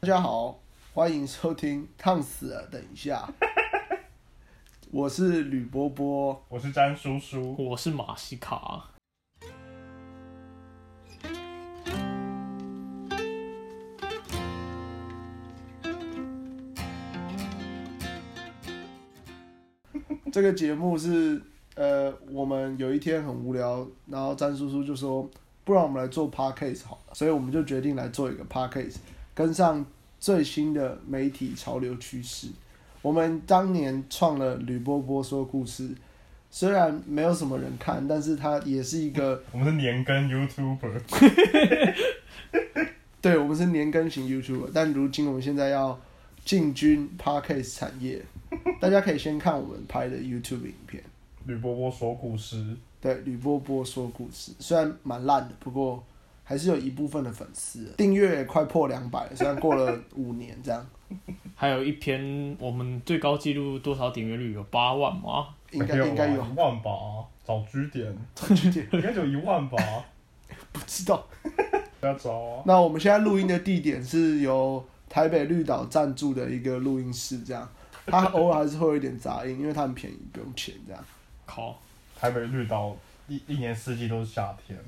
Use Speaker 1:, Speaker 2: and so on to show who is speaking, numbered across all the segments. Speaker 1: 大家好，欢迎收听《烫死了，等一下》，我是吕波波。
Speaker 2: 我是詹叔叔，
Speaker 3: 我是马西卡，
Speaker 1: 这个节目是呃，我们有一天很无聊，然后詹叔叔就说，不然我们来做 podcast 好了，所以我们就决定来做一个 podcast，跟上最新的媒体潮流趋势。我们当年创了吕波波说故事，虽然没有什么人看，但是它也是一个
Speaker 2: 我们是年更 YouTuber，
Speaker 1: 对，我们是年更型 YouTube，但如今我们现在要进军 Podcast 产业， 大家可以先看我们拍的 YouTube 影片，
Speaker 2: 吕波波说故事，
Speaker 1: 对，吕波波说故事，虽然蛮烂的，不过还是有一部分的粉丝，订阅也快破两百，虽然过了五年 这样，
Speaker 3: 还有一篇我们最高纪录多少点阅率有八万吗？
Speaker 1: 应该
Speaker 2: 没有啊
Speaker 1: 应该有
Speaker 2: 一，万吧，找据点，应该就一万吧，
Speaker 1: 不知道。
Speaker 2: 不要找啊，
Speaker 1: 那我们现在录音的地点是由台北绿岛赞助的一个录音室，这样，它偶尔还是会有一点杂音，因为它很便宜，不用钱这样。
Speaker 3: 靠，
Speaker 2: 台北绿岛一一年四季都是夏天，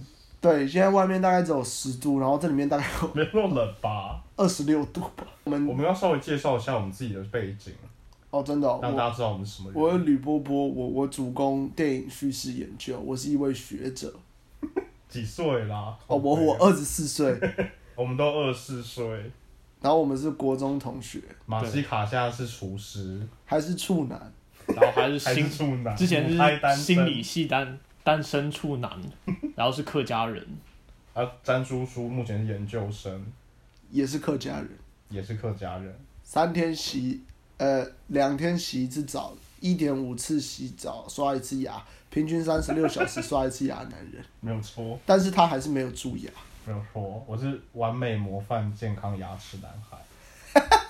Speaker 1: 对，现在外面大概只有十度，然后这里面大概有
Speaker 2: 没那么冷吧？
Speaker 1: 二十六度吧。我们
Speaker 2: 我们要稍微介绍一下我们自己的背景，
Speaker 1: 哦，真的、
Speaker 2: 让大
Speaker 1: 哦，
Speaker 2: 家知道我们是什么
Speaker 1: 我我
Speaker 2: 人。
Speaker 1: 有吕波波，我我主攻电影叙事研究，我是一位学者。
Speaker 2: 几岁啦？
Speaker 1: 哦，我我二十四岁，
Speaker 2: 我们都二十四岁。
Speaker 1: 然后我们是国中同学，
Speaker 2: 马西卡现在是厨师，
Speaker 1: 还是处男，
Speaker 3: 然后还是
Speaker 2: 还
Speaker 3: 心
Speaker 2: 是处男？
Speaker 3: 之前
Speaker 2: 母胎单
Speaker 3: 是
Speaker 2: 身
Speaker 3: 心理系单单身 处男，然后是客家人，
Speaker 2: 啊，詹叔叔目前是研究生，
Speaker 1: 也是客家人，
Speaker 2: 也是客家人。
Speaker 1: 三天洗，呃，两天洗一次澡，一点五次洗澡，刷一次牙，平均三十六小时刷一次牙，男人。
Speaker 2: 没有错，
Speaker 1: 但是他还是没有蛀牙，
Speaker 2: 没有错，我是完美模范健康牙齿男孩。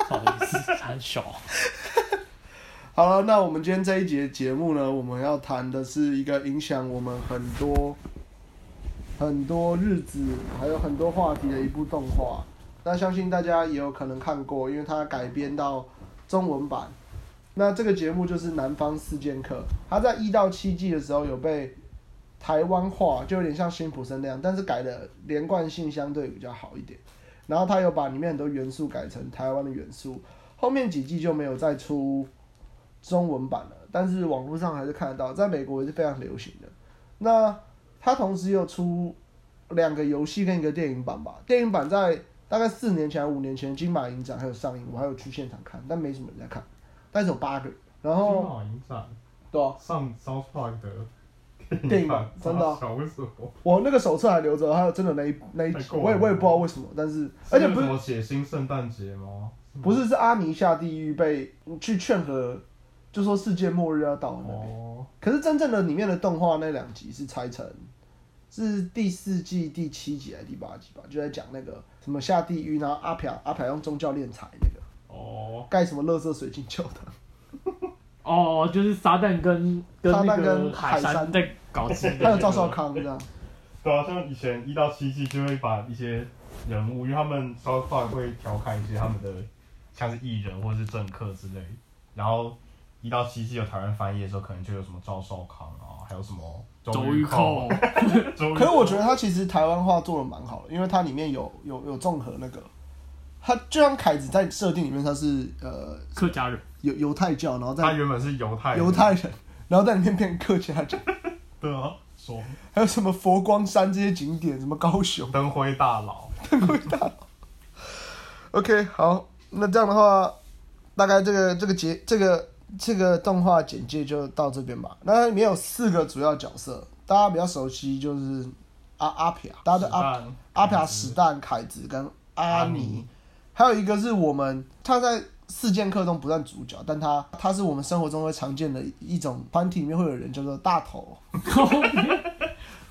Speaker 3: 好 意思，很小，
Speaker 1: 好了，那我们今天这一节节目呢，我们要谈的是一个影响我们很多很多日子，还有很多话题的一部动画。那相信大家也有可能看过，因为它改编到中文版。那这个节目就是《南方四剑客》，它在一到七季的时候有被台湾化，就有点像辛普森那样，但是改的连贯性相对比较好一点。然后它有把里面很多元素改成台湾的元素，后面几季就没有再出中文版了，但是网络上还是看得到，在美国也是非常流行的。那它同时又出两个游戏跟一个电影版吧，电影版在大概四年前、还是五年前金马影展还有上映，我还有去现场看，但没什么人在看，但是有八个人。然
Speaker 2: 金
Speaker 1: 后
Speaker 2: 马影展
Speaker 1: 对啊，
Speaker 2: 上 South Park 的
Speaker 1: 电影版真的啊
Speaker 2: 小为什么？
Speaker 1: 我那个手册还留着，还有真的那一那一
Speaker 2: 太
Speaker 1: 集，
Speaker 2: 过了
Speaker 1: 我也我也不知道为什么，但是而且
Speaker 2: 是
Speaker 1: 不是
Speaker 2: 什么血腥圣诞节吗？
Speaker 1: 不是是阿尼下地狱被去劝和，就说世界末日要到了那边。
Speaker 2: 哦，
Speaker 1: 可是真正的里面的动画那两集是拆成，是第四季第七集还是第八集吧？就在讲那个什么下地狱，然后阿飘阿飘用宗教敛财那个
Speaker 2: 哦，
Speaker 1: 盖什么垃圾水晶球的，
Speaker 3: 哦，就是撒旦跟跟
Speaker 1: 撒
Speaker 3: 那
Speaker 1: 旦跟
Speaker 3: 个海
Speaker 1: 海山
Speaker 3: 山在搞基的那个，
Speaker 1: 还有赵少康这样。
Speaker 2: 对啊，像以前一到七季就会把一些人物，因为他们 South Park 会调侃一些他们的像是艺人或是政客之类，然后。一到七季有台湾翻译的时候，可能就有什么赵少康啊，还有什么
Speaker 3: 周玉
Speaker 2: 蔻
Speaker 3: 蔻，
Speaker 2: 啊，周玉
Speaker 1: 可是我
Speaker 2: 蔻
Speaker 1: 觉得它其实台湾话做的蛮好的，因为它里面有有有综合那个，它就像凯子在设定里面他是呃
Speaker 3: 客家人，
Speaker 1: 犹犹太教，然后
Speaker 2: 他
Speaker 1: 在
Speaker 2: 原本是犹太人
Speaker 1: 犹太人，然后在里面变客家人，
Speaker 2: 对啊，说
Speaker 1: 还有什么佛光山这些景点，什么高雄。
Speaker 2: 灯辉大佬，
Speaker 1: OK，好，那这样的话，大概这个这个节这个这个动画简介就到这边吧。那里面有四个主要角色，大家比较熟悉就是阿阿撇，啊大家对阿
Speaker 2: 蛋
Speaker 1: 阿撇、史蛋、凯子跟嗯阿
Speaker 2: 阿
Speaker 1: 尼
Speaker 2: 尼，
Speaker 1: 还有一个是我们他在四剑客中不算主角，但他他是我们生活中会常见的一种团体里面会有人叫做大 头，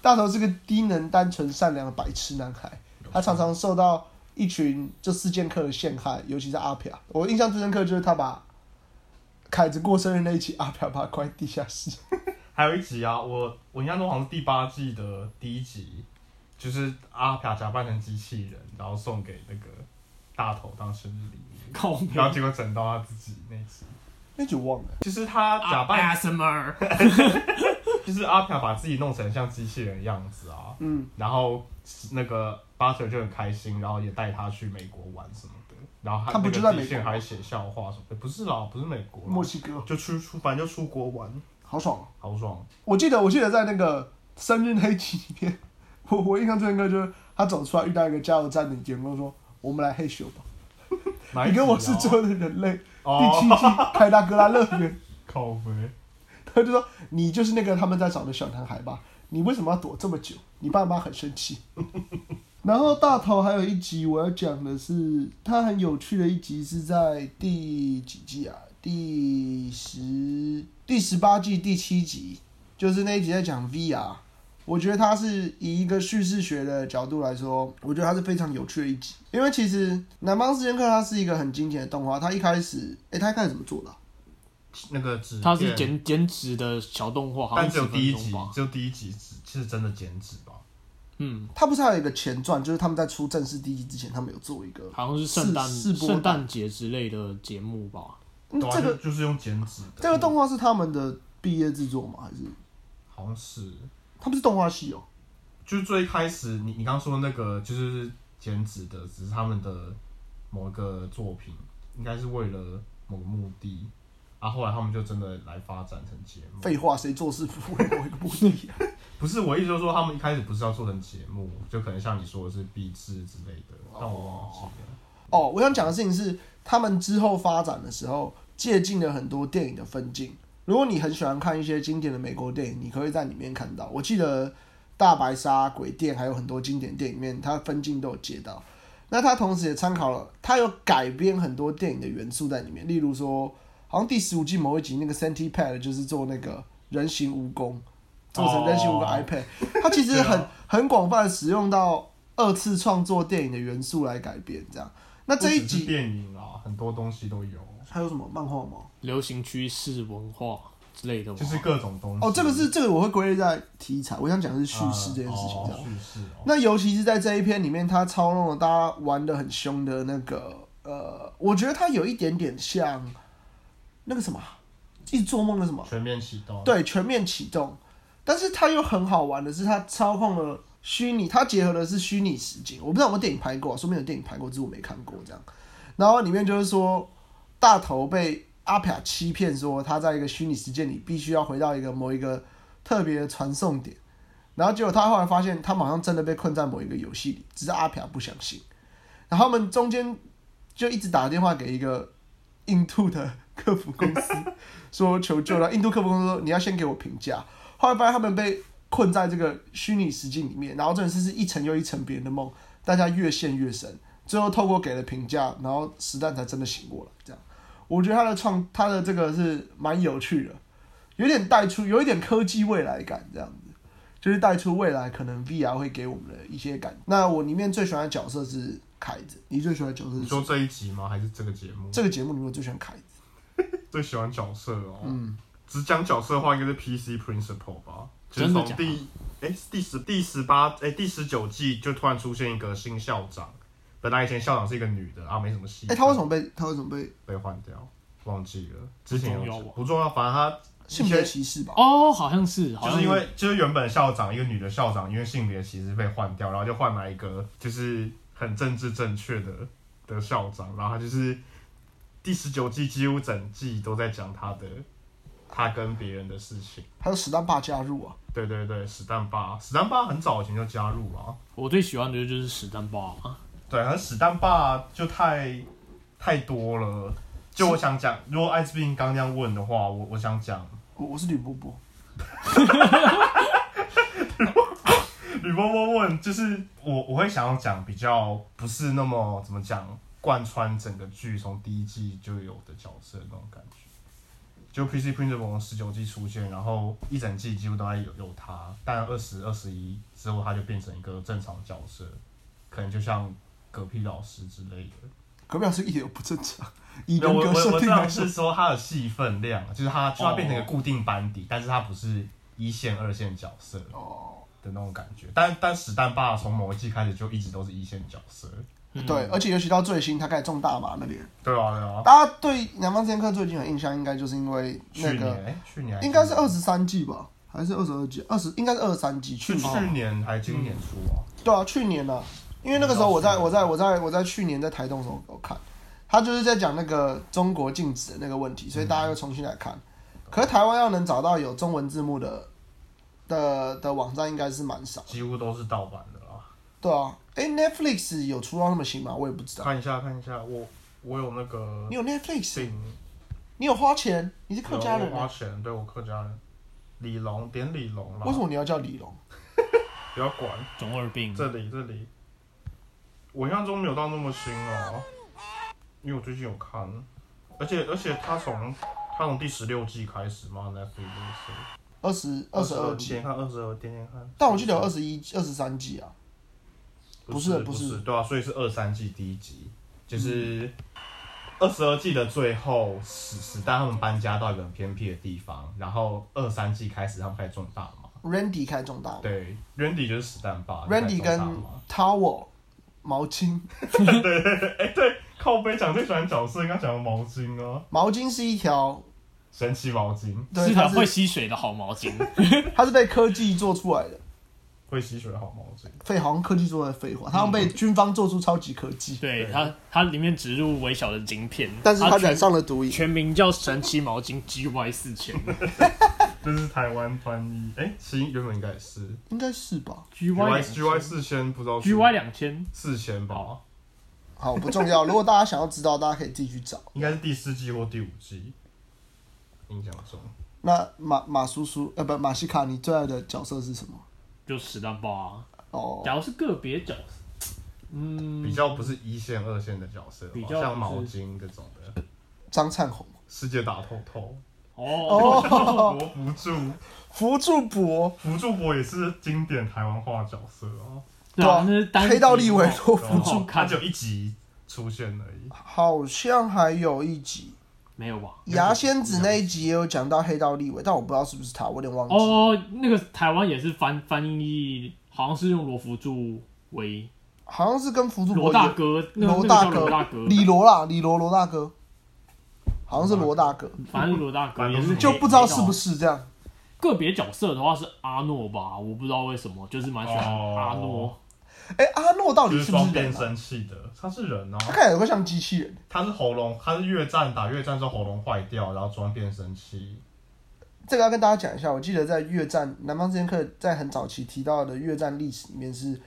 Speaker 1: 大头是个低能、单纯、善良的白痴男孩，他常常受到一群就四剑客的陷害，尤其是阿飘。我印象最深刻就是他把凯子过生日那一期，阿飘把他关在地下室。
Speaker 2: 还有一集啊，我我印象中好像是第八季的第一集，就是阿飘假扮成机器人，然后送给那个大头当生日礼物，
Speaker 3: 靠背
Speaker 2: 然后结果整到他自己那集，
Speaker 1: 那就忘了。
Speaker 2: 就是他假
Speaker 1: 啊
Speaker 2: 扮，
Speaker 3: ASMR，
Speaker 2: 就是阿飘把自己弄成像机器人的样子啊，
Speaker 1: 嗯，
Speaker 2: 然后那个巴特就很开心，然后也带他去美国玩什么的，然后
Speaker 1: 他不
Speaker 2: 那个
Speaker 1: 就在
Speaker 2: 机
Speaker 1: 美
Speaker 2: 器人
Speaker 1: 国吗
Speaker 2: 还写笑话什么的，不是啦，不是美国
Speaker 1: 墨
Speaker 2: 啦，
Speaker 1: 西哥
Speaker 2: 就出出反正就出国玩，
Speaker 1: 好爽、哦。
Speaker 2: 好爽，
Speaker 1: 我记得我记得在那个生日那一集里面， 我我印象最深刻就是他走出来遇到一个加油站的员工说：“我们来嘿咻吧，
Speaker 2: 哪一
Speaker 1: 你跟我
Speaker 2: 集
Speaker 1: 是
Speaker 2: 啊
Speaker 1: 最后的人类。”第七
Speaker 2: 哦，
Speaker 1: 季凯达格拉乐园，
Speaker 2: 靠背。
Speaker 1: 他就说：“你就是那个他们在找的小男孩吧？你为什么要躲这么久？你爸妈很生气。” 然后大头还有一集我要讲的是，他很有趣的一集是在第几季啊？第十、第十八季第七集，就是那一集在讲 VR。我觉得它是以一个叙事学的角度来说，我觉得它是非常有趣的一集。因为其实《南方四剑客》它是一个很经典的动画，它一开始，诶，它一开始怎么做的啊、
Speaker 2: 那个纸片，
Speaker 3: 它是剪剪纸的小动画，好
Speaker 2: 但
Speaker 3: 像
Speaker 2: 只有
Speaker 3: 10分
Speaker 2: 第一
Speaker 3: 钟
Speaker 2: 集
Speaker 3: 吧，。
Speaker 2: 只有第一集是是真的剪纸吧？
Speaker 3: 嗯，
Speaker 1: 它不是还有一个前传，就是他们在出正式第一集之前，他们有做一个，
Speaker 3: 好像是圣诞
Speaker 1: 试试播
Speaker 3: 圣诞节之类的节目吧。
Speaker 1: 嗯
Speaker 2: 对啊
Speaker 1: 这
Speaker 2: 就
Speaker 1: 个
Speaker 2: 就是用剪纸的，
Speaker 1: 这个动画是他们的毕业制作吗？还是
Speaker 2: 好像是，
Speaker 1: 他们是动画系哦、
Speaker 2: 就是最开始你你刚说那个就是剪纸的，只是他们的某一个作品，应该是为了某个目的，啊，后来他们就真的来发展成节目。
Speaker 1: 废话，谁做事不为某一个目的、啊？
Speaker 2: 不是我意思就是说，他们一开始不是要做成节目，就可能像你说的是壁纸之类的，但我忘记了。
Speaker 1: 哦，我想讲的事情是，他们之后发展的时候，借鉴了很多电影的分镜。如果你很喜欢看一些经典的美国电影，你可以在里面看到。我记得《大白鲨》《鬼店》还有很多经典电影里面，它分镜都有接到。那它同时也参考了，它有改编很多电影的元素在里面，例如说，好像第十五季某一集那个 Centipede 就是做那个人形蜈蚣，做成人形蜈蚣
Speaker 2: 哦
Speaker 1: iPad，、它其
Speaker 2: 啊
Speaker 1: 实很、很广泛地使用到二次创作电影的元素来改编这样。那这一
Speaker 2: 不只是
Speaker 1: 集
Speaker 2: 电影啊，很多东西都有，
Speaker 1: 还有什么漫画吗？
Speaker 3: 流行趋势文化之类的吧，
Speaker 2: 就是各种东西。嗯
Speaker 1: 哦，这个是这个我会归类在题材，我想讲的是叙事这件事情这
Speaker 2: 哦
Speaker 1: 样。
Speaker 2: 叙事哦，
Speaker 1: 那尤其是在这一篇里面，他操弄了大家玩的很凶的那个，呃，我觉得他有一点点像那个什么，啊一直做梦的什么，
Speaker 2: 全面启动。
Speaker 1: 对，全面启动。但是他又很好玩的是，他操控了虚拟，他结合的是虚拟实景。我不知道有没有电影拍过、啊，说明有电影拍过，只是我没看过这样。然后里面就是说，大头被阿飘欺骗，说他在一个虚拟实践里必须要回到一个某一个特别的传送点。然后结果他后来发现，他们好像真的被困在某一个游戏里，只是阿飘不相信。然后他们中间就一直打电话给一个印度的客服公司， 说求救，然后印度客服公司说你要先给我评价。后来发现他们被困在这个虚拟实境里面，然后这件事是一层又一层别人的梦，大家越陷越深，最后透过给了评价，然后实弹才真的醒过来。这样，我觉得他的创他的这个是蛮有趣的，有点带出有一点科技未来感这样子。就是带出未来可能 VR 会给我们的一些感。那我里面最喜欢的角色是凯子，你最喜欢的角色
Speaker 2: 你
Speaker 1: 是
Speaker 2: 说
Speaker 1: 谁？
Speaker 2: 这一集吗？还是这个节目？
Speaker 1: 这个节目里面我最喜欢凯子。
Speaker 2: 最喜欢角色哦。嗯，只讲角色的话，应该是 PC Principle 吧。就是
Speaker 3: 真的
Speaker 2: 从
Speaker 3: 假的
Speaker 2: 第哎、第十第十八哎、第十九季就突然出现一个新校长，本来以前校长是一个女的啊，没什么戏。
Speaker 1: 哎、他为什么被他为什么被
Speaker 2: 被换掉？忘记了，之前
Speaker 3: 重
Speaker 2: 有
Speaker 3: 要吧
Speaker 2: 不重要，反正他
Speaker 1: 性别歧视吧？
Speaker 3: 哦，好像是，好
Speaker 2: 就
Speaker 3: 像
Speaker 2: 是因为就是原本校长一个女的校长，因为性别歧视被换掉，然后就换来一个就是很政治正确的的校长，然后他就是第十九季几乎整季都在讲他的他跟别人的事情。
Speaker 1: 还有史丹爸加入啊？
Speaker 2: 对对对，史丹爸，史丹爸很早以前就加入了，
Speaker 3: 我最喜欢的就是史丹巴，啊
Speaker 2: 对，而史丹爸就太太多了。就我想讲，如果艾滋病刚这样问的话，我我想讲
Speaker 1: 我我是吕伯伯，
Speaker 2: 吕波波问，就是我我会想要讲比较不是那么怎么讲贯穿整个剧从第一季就有的角色那种感觉，就 PC Principle 十九季出现，然后一整季几乎都在有有他，但二十二十一之后他就变成一个正常角色，可能就像嗝屁老师之类的。
Speaker 1: 可表示一点都不正常。以
Speaker 2: 没有
Speaker 1: 人
Speaker 2: 我
Speaker 1: 格
Speaker 2: 我
Speaker 1: 设
Speaker 2: 我
Speaker 1: 定
Speaker 2: 这
Speaker 1: 来
Speaker 2: 样
Speaker 1: 说
Speaker 2: 是，说他的戏份量，就是他就他变成一个固定班底，但是他不是一线二线角色。
Speaker 1: 哦，
Speaker 2: 的那种感觉。但但史丹爸从某一季开始就一直都是一线角色，
Speaker 3: 嗯
Speaker 1: 对，而且尤其到最新，他开始种大麻那里了，
Speaker 2: 对啊对啊。
Speaker 1: 大家对《南方剑客》最近有印象，应该就是因为
Speaker 2: 去
Speaker 1: 那
Speaker 2: 年
Speaker 1: 个
Speaker 2: 诶去年还
Speaker 1: 应该是
Speaker 2: 今年
Speaker 1: 二十三季吧，还是二十二季？二十应该是二三季，去
Speaker 2: 是
Speaker 1: 年
Speaker 2: 去年还今年出哦、
Speaker 1: 对啊，去年啊，因为那个时候我在我在我在我在去年在台东的时候有看，他就是在讲那个中国禁止的那个问题，所以大家又重新来看。可是台湾要能找到有中文字幕的的的网站应该是蛮少，
Speaker 2: 几乎都是盗版的啦。
Speaker 1: 对啊。哎、n e t f l i x 有出到那么新吗？我也不知道。
Speaker 2: 看一下看一下，我我有那个
Speaker 1: 嗯你有 Netflix，
Speaker 2: 信，
Speaker 1: 你有花钱，你是客家
Speaker 2: 有
Speaker 1: 人、
Speaker 2: 我花
Speaker 1: 啊，
Speaker 2: 钱，对我客家人。李龙点李龙啦，
Speaker 1: 为什么你要叫李龙？
Speaker 2: 不要管
Speaker 3: 中二病，
Speaker 2: 这里这里？我印象中没有到那么新哦、因为我最近有看，而且而且他从他从第十六季开始嘛，Netflix
Speaker 1: 二十二十二季，
Speaker 2: 天天看二十二，天天看。
Speaker 1: 但我记得有二十一、二十三季啊。
Speaker 2: 不
Speaker 1: 不是
Speaker 2: 不
Speaker 1: 不是嗯
Speaker 2: 对啊，所以是二三季第一集，就是二十二季的最后，史史丹他们搬家到一个很偏僻的地方，然后二三季开始他们开始种大麻。
Speaker 1: Randy 开重大
Speaker 2: 对，Randy 就是史丹爸
Speaker 1: ，Randy 跟 Tower 毛巾，
Speaker 2: 靠背讲最喜欢角色，应该讲毛巾哦、
Speaker 1: 毛巾是一条
Speaker 2: 神奇毛巾
Speaker 1: 对，
Speaker 3: 是
Speaker 1: 它
Speaker 3: 条会
Speaker 1: 是
Speaker 3: 吸水的好毛巾。
Speaker 1: 它是被科技做出来的，
Speaker 2: 会吸水的好毛巾，
Speaker 1: 废好像科技做的废话，它
Speaker 3: 嗯
Speaker 1: 好像被军方做出超级科技，
Speaker 3: 对它，它里面植入微小的晶片，啊
Speaker 1: 但是它
Speaker 3: 全
Speaker 1: 染上了毒瘾。
Speaker 3: 全名叫神奇毛巾 GY 四千
Speaker 2: 这是台湾翻译，哎、其实原本应该也是
Speaker 1: 应该是吧？
Speaker 2: GY
Speaker 3: ，GY
Speaker 2: GY 四千，不知道是
Speaker 3: GY 两千，
Speaker 2: 四千吧，
Speaker 1: 好，不重要。如果大家想要知道，大家可以自己去找。
Speaker 2: 应该是第四季或第五季，印象中。
Speaker 1: 那马马叔叔，呃，不，马西卡，你最爱的角色是什么？
Speaker 3: 就十蛋包啊。
Speaker 1: 哦，
Speaker 3: 假如是个别角色，嗯，
Speaker 2: 比较不是一线、二线的角色吧，
Speaker 3: 比较
Speaker 2: 像毛
Speaker 3: 不是
Speaker 2: 巾这种的，
Speaker 1: 张灿宏，
Speaker 2: 世界打透透，
Speaker 3: 哦，
Speaker 2: 博福助，
Speaker 1: 福柱博，
Speaker 2: 福助博也是经典台湾话角色哦，
Speaker 3: 对啊，那是单
Speaker 1: 黑道立委都
Speaker 2: 然
Speaker 1: 福
Speaker 3: 好
Speaker 1: 柱，
Speaker 2: 后
Speaker 3: 看
Speaker 2: 他只有一集出现而已，
Speaker 1: 好像还有一集
Speaker 3: 没有吧？
Speaker 1: 牙仙子那一集也有讲到黑道立委，但我不知道是不是他，我有点忘记。
Speaker 3: 哦，那个台湾也是翻翻译，好像是用罗福柱为
Speaker 1: 好像是跟福柱博
Speaker 3: 罗大哥，那
Speaker 1: 罗
Speaker 3: 个
Speaker 1: 大
Speaker 3: 那个叫
Speaker 1: 哥，
Speaker 3: 罗大哥，
Speaker 1: 李罗啦，李罗罗大哥，好像是罗大哥，
Speaker 3: 反正是罗大哥
Speaker 2: 反正
Speaker 3: 也
Speaker 2: 都
Speaker 3: 是
Speaker 2: 是
Speaker 1: 就不知道是不
Speaker 3: 是
Speaker 1: 是这样。
Speaker 3: 个别角色的话是阿诺吧，我不知道为什么，就是蛮喜欢
Speaker 2: 哦
Speaker 3: 阿诺。
Speaker 1: 哎、阿诺到
Speaker 2: 就
Speaker 1: 底
Speaker 2: 是
Speaker 1: 是不
Speaker 2: 双
Speaker 1: 是
Speaker 2: 变
Speaker 1: 人、啊？
Speaker 2: 声器的，他是人哦，
Speaker 1: 他看起来有个像机器人，
Speaker 2: 他是喉咙，他是越战打越战之后喉咙坏掉，然后装变声器，
Speaker 1: 这个要跟大家讲一下。我记得在越战南方之剑客在很早期提到的越战历史里面是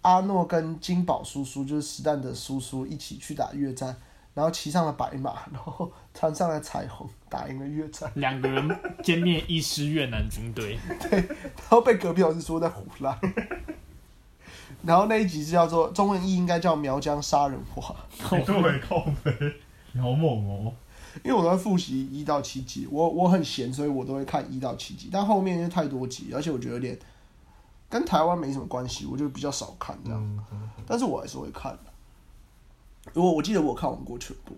Speaker 1: 阿诺跟金宝叔叔，就是实弹的叔叔一起去打越战，然后骑上了白马，然后穿上了彩虹，打赢了越战，
Speaker 3: 两个人歼灭一师越南军队，
Speaker 1: 然后被隔壁老师说在胡乱。 然后那一集是叫做中文译应该叫苗疆杀人花。
Speaker 2: 对，靠背，你好猛哦，
Speaker 1: 因为我都会复习一到七集，我我很闲，所以我都会看一到七集，但后面因为太多集，而且我觉得有点跟台湾没什么关系，我就比较少看这样，
Speaker 2: 嗯，嗯
Speaker 1: 但是我还是会看的。如果我记得我有看完过全部，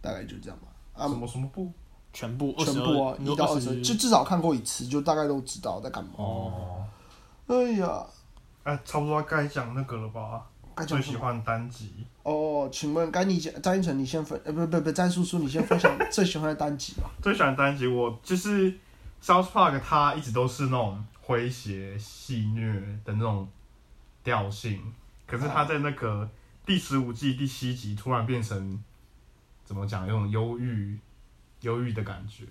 Speaker 1: 大概就这样吧。啊
Speaker 2: 什，么什么部？
Speaker 3: 全部二
Speaker 1: 全
Speaker 3: 十
Speaker 1: 部啊
Speaker 3: 二，，
Speaker 1: 一到二十，
Speaker 3: 20
Speaker 1: 就至少看过一次，就大概都知道在干嘛。
Speaker 2: 哦，
Speaker 1: 哎呀，
Speaker 2: 哎，差不多该讲那个了吧？
Speaker 1: 该讲
Speaker 2: 最
Speaker 1: 什
Speaker 2: 喜
Speaker 1: 么？
Speaker 2: 欢单集，
Speaker 1: 哦，请问该你讲，张一成你先分，呃，不不不，詹叔叔你先分享最喜欢的单集吧。
Speaker 2: 最喜欢单集，我就是 South Park，它一直都是那种诙谐、戏虐的那种调性，可是它在那个第十五季第七集突然变成怎么讲，有种忧郁、忧郁的感觉。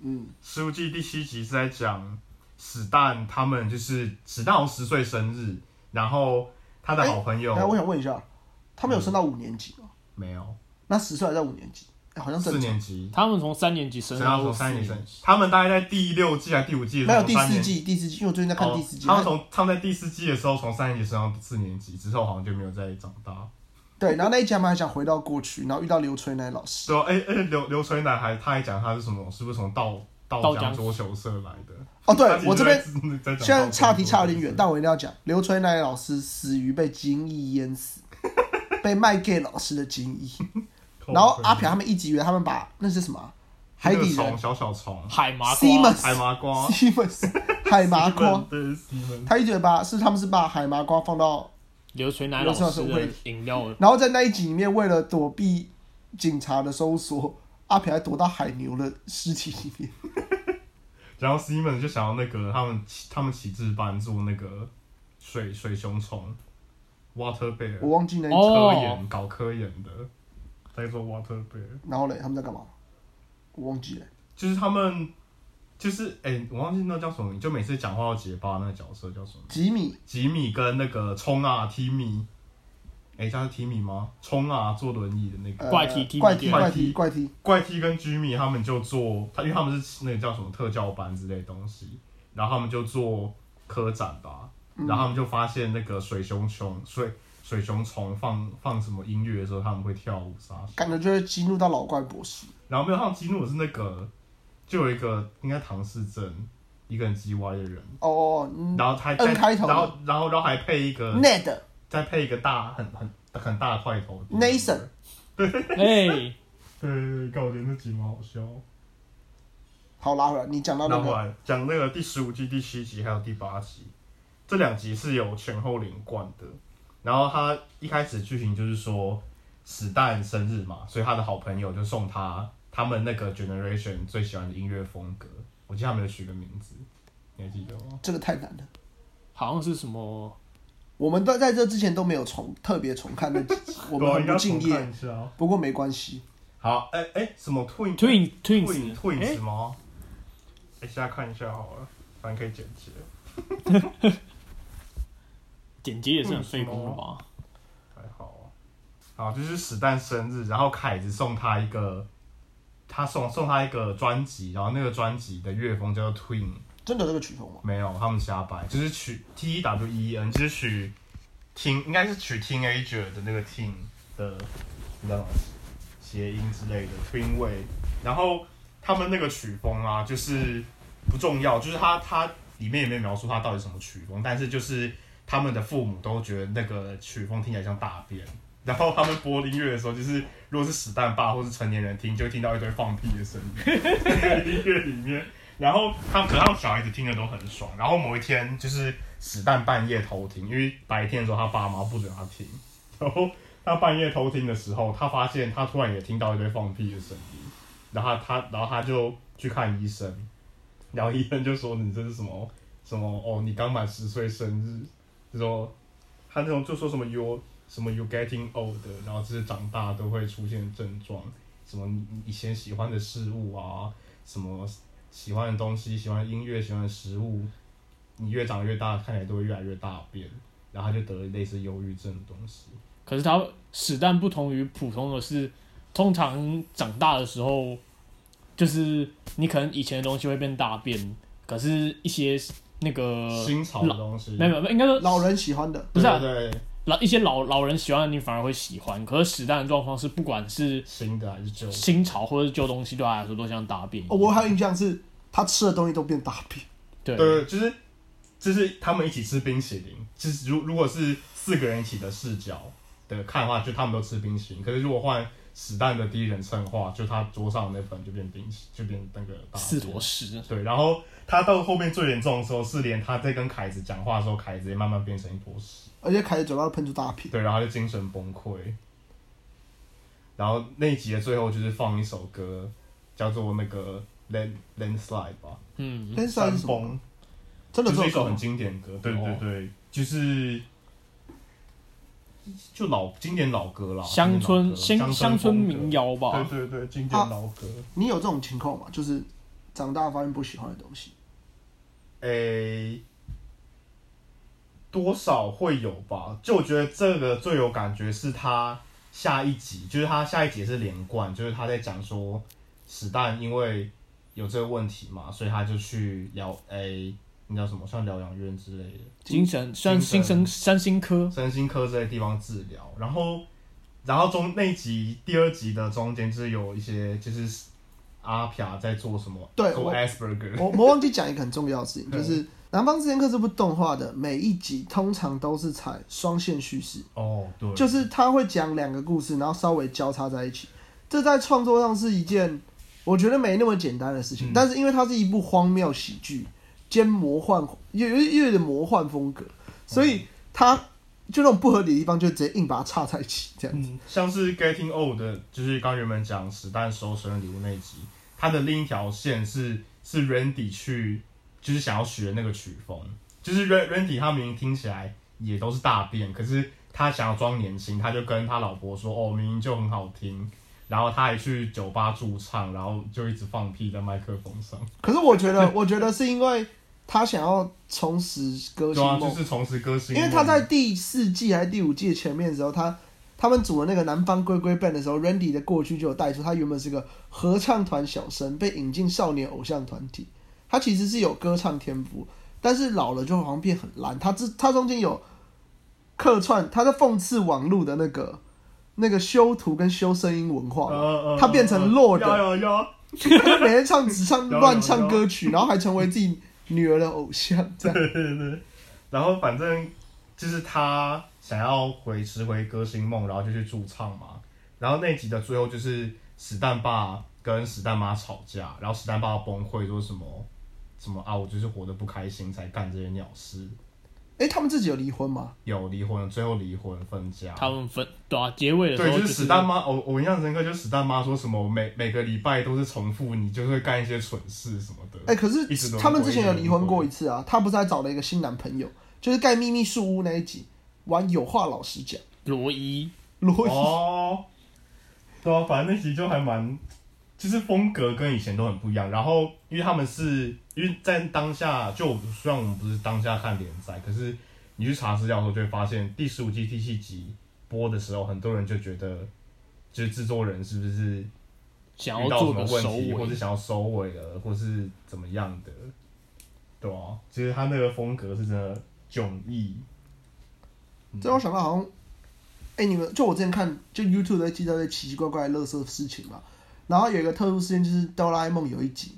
Speaker 1: 嗯，
Speaker 2: 十五季第七集是在讲史蛋他们就是史蛋好像十岁生日，然后他的好朋友、
Speaker 1: 哎来，我想问一下，他们有升到五年级吗？
Speaker 2: 没有
Speaker 1: 那十岁还在五年级，哎好像正
Speaker 2: 四
Speaker 1: 常
Speaker 2: 年级，
Speaker 3: 他们从三年级升
Speaker 2: 升到
Speaker 3: 到
Speaker 2: 从三年级
Speaker 3: 四
Speaker 2: 生，他们大概在第六季还是第五季的
Speaker 1: 没
Speaker 2: 时
Speaker 1: 有
Speaker 2: 候，
Speaker 1: 第
Speaker 2: 三
Speaker 1: 四
Speaker 2: 年
Speaker 1: 季，第四季，因为我最近在看
Speaker 2: 哦
Speaker 1: 第四季。
Speaker 2: 他们从他们在第四季的时候从三年级升到四年级之后，好像就没有再长大。
Speaker 1: 对，然后那一集他们还想回到过去，然后遇到刘吹奶老师，
Speaker 2: 对啊，哎、哎、刘刘锤奶还他还讲他是什么，是不是从道道
Speaker 3: 道
Speaker 2: 江
Speaker 3: 江
Speaker 2: 桌球社来的？
Speaker 1: 哦对
Speaker 2: 他其实
Speaker 1: 我这边
Speaker 2: 在在讲
Speaker 1: 虽然
Speaker 2: 道江
Speaker 1: 差题差有点
Speaker 2: 桌球
Speaker 1: 远
Speaker 2: 社，
Speaker 1: 但我一定要讲，刘吹奶老师死于被精液淹死，被卖给老师的精液。
Speaker 2: 哦
Speaker 1: 然后阿朴他们一直以为他们把那是什么啊海
Speaker 2: 那个
Speaker 1: 底人
Speaker 2: 虫小小虫
Speaker 3: 海麻瓜
Speaker 1: Siemens
Speaker 2: 海麻瓜
Speaker 1: Siemens 海麻瓜
Speaker 2: Steven，，对 Steven，
Speaker 1: 他一九八是他们是把海麻瓜放到，
Speaker 3: 刘垂乃老师的饮料，
Speaker 1: 然后在那一集里面，为了躲避警察的搜索，阿平还躲到海牛的尸体里 面。
Speaker 2: 然后 Steven 就想要那个他们他们启智班做那个水水熊虫，Water Bear，
Speaker 1: 我忘记那一集。
Speaker 3: 哦
Speaker 2: 科研搞科研的，在做 Water Bear，
Speaker 1: 然后嘞，他们在干嘛？我忘记了。
Speaker 2: 就是他们就是哎、我忘记那叫什么名，就每次讲话要结巴那个角色叫什么？
Speaker 1: 吉米
Speaker 2: 吉米跟那个冲啊 Timmy，哎、他是 Timmy 吗？冲啊坐轮椅的那个、
Speaker 1: 呃
Speaker 3: 怪踢踢
Speaker 1: 怪踢
Speaker 2: 怪
Speaker 1: 怪
Speaker 2: 踢
Speaker 1: 踢怪踢，
Speaker 2: 怪 T 跟 Jimmy 他们就做，他因为他们是那个叫什么特教班之类的东西，然后他们就做科展吧，然后他们就发现那个水熊虫水水熊虫放放什么音乐的时候，他们会跳舞啥啥
Speaker 1: 感觉就会激怒到老怪博士。
Speaker 2: 然后没有他们激怒的是那个，就有一个应该唐氏症，一个很叽歪的人，
Speaker 1: 哦哦，嗯
Speaker 2: 然后他
Speaker 1: 嗯
Speaker 2: 再
Speaker 1: 开头的
Speaker 2: 然后然后然后还配一个，
Speaker 1: ，Ned
Speaker 2: 再配一个大很很很大块头的
Speaker 1: Nathan
Speaker 3: 哎，
Speaker 2: 对对对，看我觉得那集蛮好笑。
Speaker 1: 好拉回来，你讲到
Speaker 2: 那
Speaker 1: 那
Speaker 2: 后
Speaker 1: 个
Speaker 2: 来讲那个第十五季第七集还有第八集，这两集是有前后连贯的。然后他一开始剧情就是说史蛋生日嘛，所以他的好朋友就送他他们那个 generation 最喜欢的音乐风格，我记得他们有取个名字，你还记得吗？
Speaker 1: 这个太难了。
Speaker 3: 好像是什么
Speaker 1: 我们都在这之前都没有重特别重看那几集，我们
Speaker 2: 对啊
Speaker 1: 很
Speaker 2: 应该
Speaker 1: 不敬
Speaker 2: 重看
Speaker 1: 业。
Speaker 2: 一下哦。
Speaker 1: 不过没关系，
Speaker 2: 好，哎、哎、什么 twin
Speaker 3: Twin
Speaker 2: twin
Speaker 3: Twins
Speaker 2: twins
Speaker 3: 哎，
Speaker 2: 吗？哎、现在看一下好了，反正可以剪辑。
Speaker 3: 剪辑也是很费工的吧？
Speaker 2: 还好啊。好，就是史丹生日，然后凯子送他一个，他送送他一个专辑，然后那个专辑的乐风叫做 Twin，
Speaker 1: 真的有这个曲风吗？
Speaker 2: 没有，他们瞎掰，就是取 T E W E N，就是取听，应该是取 teenager 的那个 teen 的，你知道吗？谐音之类的 Twin Way，然后他们那个曲风啊，就是不重要，就是他他里面也没有描述他到底什么曲风，但是就是他们的父母都觉得那个曲风听起来像大便。然后他们播音乐的时候，就是如果是史蛋爸或是成年人听，就会听到一堆放屁的声音在音 乐里面。然后他们可能他们小孩子听的都很爽。然后某一天就是史蛋半夜偷听，因为白天的时候他爸妈不准他听，然后他半夜偷听的时候，他发现他突然也听到一堆放屁的声音，然后他他然后他就去看医生，然后医生就说你这是什么什么哦，你刚满十岁生日，就说他那种就说什么 you 什么 you getting old，然后这是长大都会出现症状，什么你以前喜欢的事物啊，什么喜欢的东西、喜欢的音乐、喜欢的食物，你越长越大，看起来都会越来越大变，然后他就得了类似忧郁症的东西。
Speaker 3: 可是它史蛋不同于普通的是，通常长大的时候，就是你可能以前的东西会变大变，可是一些那个
Speaker 2: 新潮的东西，
Speaker 3: 没有没有，应该说
Speaker 1: 老人喜欢的，
Speaker 3: 不是啊
Speaker 2: 对对
Speaker 3: 老一些老老人喜欢的你反而会喜欢，可是史蛋的状况是，不管是
Speaker 2: 新的还是旧的？
Speaker 3: 新潮或者是旧东西，对他来说都像大便一
Speaker 1: 哦，
Speaker 3: 样。
Speaker 1: 我还有印象是他吃的东西都变大便。
Speaker 3: 对
Speaker 2: 对，就是就是他们一起吃冰淇淋，就是如如果是四个人一起的视角的看的话，就他们都吃冰淇淋。可是如果换史蛋的第一人称的话，就他桌上的那份就变冰淇，就变那个大
Speaker 3: 四
Speaker 2: 便
Speaker 3: 坨屎。
Speaker 2: 对，然后他到后面最严重的时候，是连他在跟凯子讲话的时候，凯子也慢慢变成一坨屎。
Speaker 1: 而且凯子嘴巴喷出大片，
Speaker 2: 对，然后他就精神崩溃。然后那一集的最后就是放一首歌，叫做那个 Land Landslide 吧，
Speaker 3: 嗯，
Speaker 1: 但是还
Speaker 2: 山
Speaker 1: 是什么？
Speaker 2: 崩，
Speaker 1: 真的
Speaker 2: 就是一
Speaker 1: 这
Speaker 2: 首
Speaker 1: 首
Speaker 2: 很
Speaker 1: 歌
Speaker 2: 经典的歌。对对
Speaker 3: 哦
Speaker 2: 对，就是就老经典老歌啦，
Speaker 3: 乡村
Speaker 2: 经典老
Speaker 3: 啊乡
Speaker 2: 歌
Speaker 3: 乡村
Speaker 2: 风格
Speaker 3: 民谣吧。
Speaker 2: 对对对，经典
Speaker 1: 啊
Speaker 2: 老歌。
Speaker 1: 你有这种情况吗？就是长大发现不喜欢的东西，
Speaker 2: 诶、多少会有吧。就我觉得这个最有感觉是他下一集，就是他下一集也是连贯，就是他在讲说史蛋因为有这个问题嘛，所以他就去疗诶、那叫什么，像疗养院之类的，
Speaker 3: 精神算
Speaker 2: 精
Speaker 3: 精
Speaker 2: 神
Speaker 3: 神三星科，
Speaker 2: 身心科这些地方治疗。然后，然后中那一集第二集的中间就是有一些就是阿撇在做什么，
Speaker 1: 对
Speaker 2: 做
Speaker 1: 我
Speaker 2: Asperger，
Speaker 1: 我我忘记讲一个很重要的事 情，
Speaker 2: 对
Speaker 1: 就是《南方四剑客》这部动画的每一集通常都是采双线叙事，
Speaker 2: 哦，对，
Speaker 1: 就是他会讲两个故事，然后稍微交叉在一起。这在创作上是一件我觉得没那么简单的事情，
Speaker 2: 嗯
Speaker 1: 但是因为它是一部荒谬喜剧，兼魔幻，又又又有点魔幻风格，所
Speaker 2: 嗯
Speaker 1: 以它就那种不合理的地方，就直接硬把它插在一起这样。
Speaker 2: 嗯，像是 Getting Old，的就是刚原本讲史丹收生日礼物那一集，它的另一条线是是 Randy 去就是想要学那个曲风，就是 Ran- Randy 他明明听起来也都是大便，可是他想要装年轻，他就跟他老婆说哦，明明就很好听。然后他还去酒吧驻唱，然后就一直放屁在麦克风上，
Speaker 1: 可是我觉得，我觉得是因为他想要重拾歌
Speaker 2: 对
Speaker 1: 星
Speaker 2: 啊，
Speaker 1: 梦
Speaker 2: 就，是重拾歌星梦。
Speaker 1: 因为他在第四季还是第五季的前面的时候，他他们组了那个南方龟龟 band 的时候，Randy 的过去就有带出他原本是个合唱团小生，被引进少年偶像团体。他其实是有歌唱天赋，但是老了就好像变很烂。他之他中间有客串，他在讽刺网络的那个那个修图跟修声音文化
Speaker 2: 呃
Speaker 1: 嘛。
Speaker 2: 呃
Speaker 1: 他变成 Lord
Speaker 2: 有有有，
Speaker 1: 他每天唱只 唱
Speaker 2: 有有
Speaker 1: 乱唱歌曲，然后还成为自己女儿的偶像，这 样。
Speaker 2: 然后反正就是他想要回拾回歌星梦，然后就去驻唱嘛。然后那集的最后就是史蛋爸跟史蛋妈吵架，然后史蛋爸崩溃说什么什么啊，我就是活得不开心才干这些鸟事，
Speaker 1: 哎、他们自己有离婚吗？
Speaker 2: 有离婚，最后离婚分家。
Speaker 3: 他们分对啊，结尾的时
Speaker 2: 对，
Speaker 3: 候
Speaker 2: 就是史蛋妈，我我印象深刻，就是史蛋妈说什么每每个礼拜都是重复，你就会干一些蠢事什么的。
Speaker 1: 哎、可
Speaker 2: 一直
Speaker 1: 是
Speaker 2: 轮回
Speaker 1: 他们之前有离婚过一次啊。她不是还找了一个新男朋友，就是盖秘密树屋那一集玩有话老实讲，
Speaker 3: 罗伊，
Speaker 1: 罗伊、
Speaker 2: 哦， 对啊，反正那集就还蛮，就是风格跟以前都很不一样。然后，因为他们是因为在当下，就我虽然我们不是当下看联赛，可是你去查资料的时候就会发现，第十五季第七集播的时候，很多人就觉得，就是制作人是不是
Speaker 3: 想
Speaker 2: 遇
Speaker 3: 要
Speaker 2: 到什
Speaker 3: 做
Speaker 2: 么
Speaker 3: 个
Speaker 2: 问
Speaker 3: 首
Speaker 2: 题，或
Speaker 3: 尾
Speaker 2: 是，想要收尾了，或是怎么样的，对啊，其实他那个风格是真的迥异。嗯
Speaker 1: 这让我想到好像，哎、你们就我之前看，就 YouTube 在记到些奇奇怪怪的乐色事情嘛。然后有一个特殊事件就是哆啦 A 梦有一集，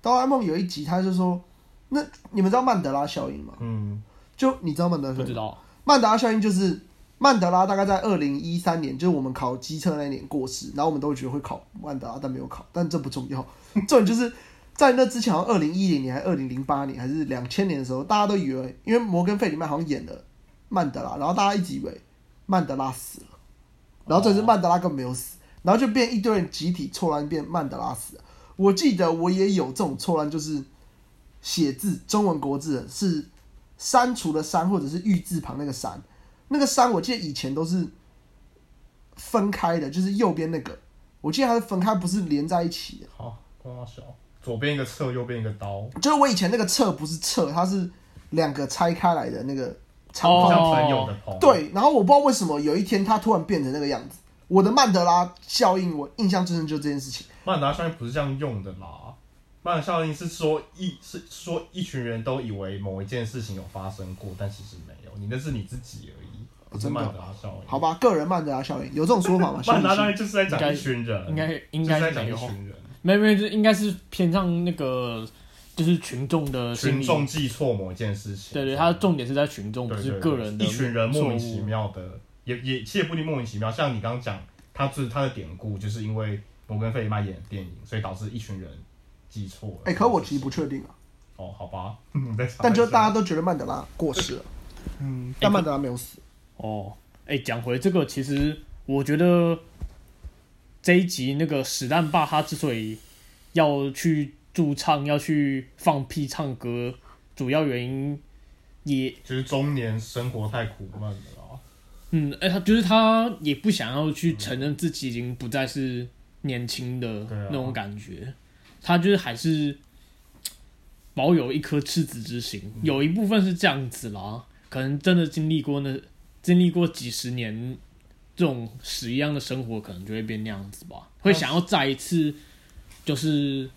Speaker 1: 哆啦 A 梦有一集他就说，那你们知道曼德拉效应吗？
Speaker 2: 嗯，
Speaker 1: 就你知道曼德拉效
Speaker 3: 不
Speaker 1: 应吗
Speaker 3: 知？道
Speaker 1: 曼德拉效应就是曼德拉大概在二零一三年，就是我们考机测那一年过世，然后我们都觉得会考曼德拉，但没有考，但这不重要， 重点就是在那之前，好像二零一零年还是二零零八年还是两千年的时候，大家都以为，因为摩根费里曼好像演了曼德拉，然后大家一直以为曼德拉死了，然后这是曼德拉根本没有死，然后就变一堆人集体错乱，变曼德拉死了。我记得我也有这种错乱，就是写字中文国字是删除的删或者是玉字旁那个删，那个删我记得以前都是分开的，就是右边那个，我记得它是分开，不是连在一起的。
Speaker 2: 好，光小，左边一个侧，右边一个刀。
Speaker 1: 就是我以前那个侧不是侧，它是两个拆开来的那个长
Speaker 3: 哦
Speaker 1: 方。
Speaker 2: 像朋友的朋友。，
Speaker 1: 对，然后我不知道为什么有一天它突然变成那个样子。我的曼德拉效应，我印象最深就这件事情。
Speaker 2: 曼达效应不是这样用的啦。曼达效应是说一是说一群人都以为某一件事情有发生过，但其实没有，你那是你自己而已，不是
Speaker 1: 哦真的
Speaker 2: 曼达效应。
Speaker 1: 好，吧，个人曼德拉效应有这种说 法吗？信
Speaker 2: 曼
Speaker 1: 不
Speaker 2: 达
Speaker 1: 信
Speaker 2: 效应就是在讲一群人，
Speaker 3: 应该
Speaker 2: 呃就
Speaker 3: 应
Speaker 2: 是
Speaker 3: 该
Speaker 2: 在
Speaker 3: 是
Speaker 2: 讲
Speaker 3: 没
Speaker 2: 一
Speaker 3: 有，
Speaker 2: 群人，
Speaker 3: 没有没有，这应该是偏向那个就是群众的心
Speaker 2: 群
Speaker 3: 理。
Speaker 2: 众记错某一件事情。
Speaker 3: 对对，它的重点是在群众，不
Speaker 2: 对
Speaker 3: 是
Speaker 2: 对
Speaker 3: 个人的
Speaker 2: 一群人莫名其
Speaker 3: 错误。
Speaker 2: 妙的，也也其实也不一定莫名其妙。像你刚刚讲，他就是他的典故，就是因为摩根费里曼演的电影，所以导致一群人记错了。
Speaker 1: 哎、可我其实不确定啊。
Speaker 2: 哦，好吧，嗯，再查一下
Speaker 1: 但就大家都觉得曼德拉过世了，
Speaker 2: 嗯，
Speaker 1: 但曼德拉没有死。
Speaker 3: 哦，哎，讲回这个，其实我觉得这一集那个史蛋爸他之所以要去驻唱、要去放屁唱歌，主要原因也
Speaker 2: 就是中年生活太苦闷了啊啦。
Speaker 3: 嗯，哎，他就是他也不想要去承认自己已经不再是年轻的
Speaker 2: 对啊
Speaker 3: 那种感觉，他就是还是保有一颗赤子之心，
Speaker 2: 嗯
Speaker 3: 有一部分是这样子啦，可能真的经历过那经历过几十年这种屎一样的生活，可能就会变那样子吧，会想要再一次就是。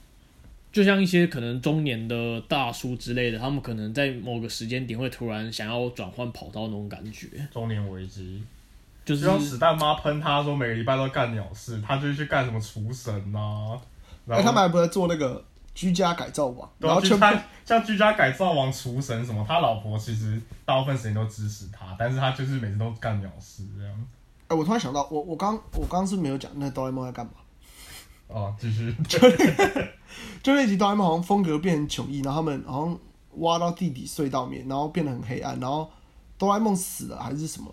Speaker 3: 就像一些可能中年的大叔之类的，他们可能在某个时间点会突然想要转换跑道那种感觉。
Speaker 2: 中年危机，
Speaker 3: 就
Speaker 2: 就是像史蛋妈喷他说每个礼拜都干鸟事，他就去干什么厨神啊呐、然
Speaker 1: 哎、
Speaker 2: 后、
Speaker 1: 他们还不是做那个居家改造吧？
Speaker 2: 对啊
Speaker 1: 然后
Speaker 2: 就
Speaker 1: 全部
Speaker 2: 他像居家改造王厨神什么，他老婆其实大部分时间都支持他，但是他就是每次都干鸟事这样。
Speaker 1: 哎、我突然想到，我我刚我刚是没有讲那哆啦 A 梦在干嘛，
Speaker 2: 哦，继续。
Speaker 1: 就那集哆啦 A 梦好像风格变很迥异，然后他们好像挖到地底隧道里面，然后变得很黑暗，然后哆啦 A 梦死了还是什么，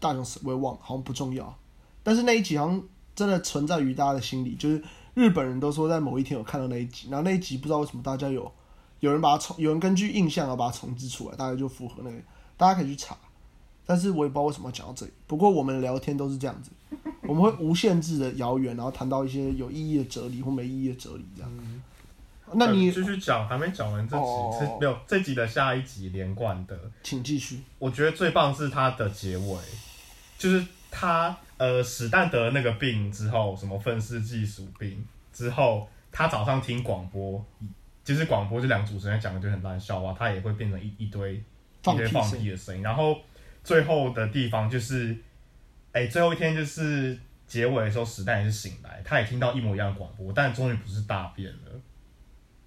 Speaker 1: 大雄死我也忘了，好像不重要。但是那一集好像真的存在于大家的心里，就是日本人都说在某一天有看到那一集，然后那一集不知道为什么大家有有人把它重，有人根据印象而啊把它重置出来，大家就符合那个，大家可以去查。但是我也不知道为什么要讲到这里。不过我们聊天都是这样子，我们会无限制的遥远，然后谈到一些有意义的哲理或没意义的哲理这样。
Speaker 2: 嗯
Speaker 1: 那你
Speaker 2: 继续讲，还没讲完这集，
Speaker 1: 哦
Speaker 2: 是没有这集的下一集连贯的。
Speaker 1: 请继续。
Speaker 2: 我觉得最棒是它的结尾，就是他呃史丹得了那个病之后，什么愤世嫉俗病之后，他早上听广播，就是广播这两个主持人讲的就很烂的笑话，他也会变成一一堆
Speaker 1: 放
Speaker 2: 一
Speaker 1: 屁
Speaker 2: 些放
Speaker 1: 声
Speaker 2: 屁的声音。然后最后的地方就是，哎、最后一天就是结尾的时候，史丹也是醒来，他也听到一模一样的广播，但终于不是大便了。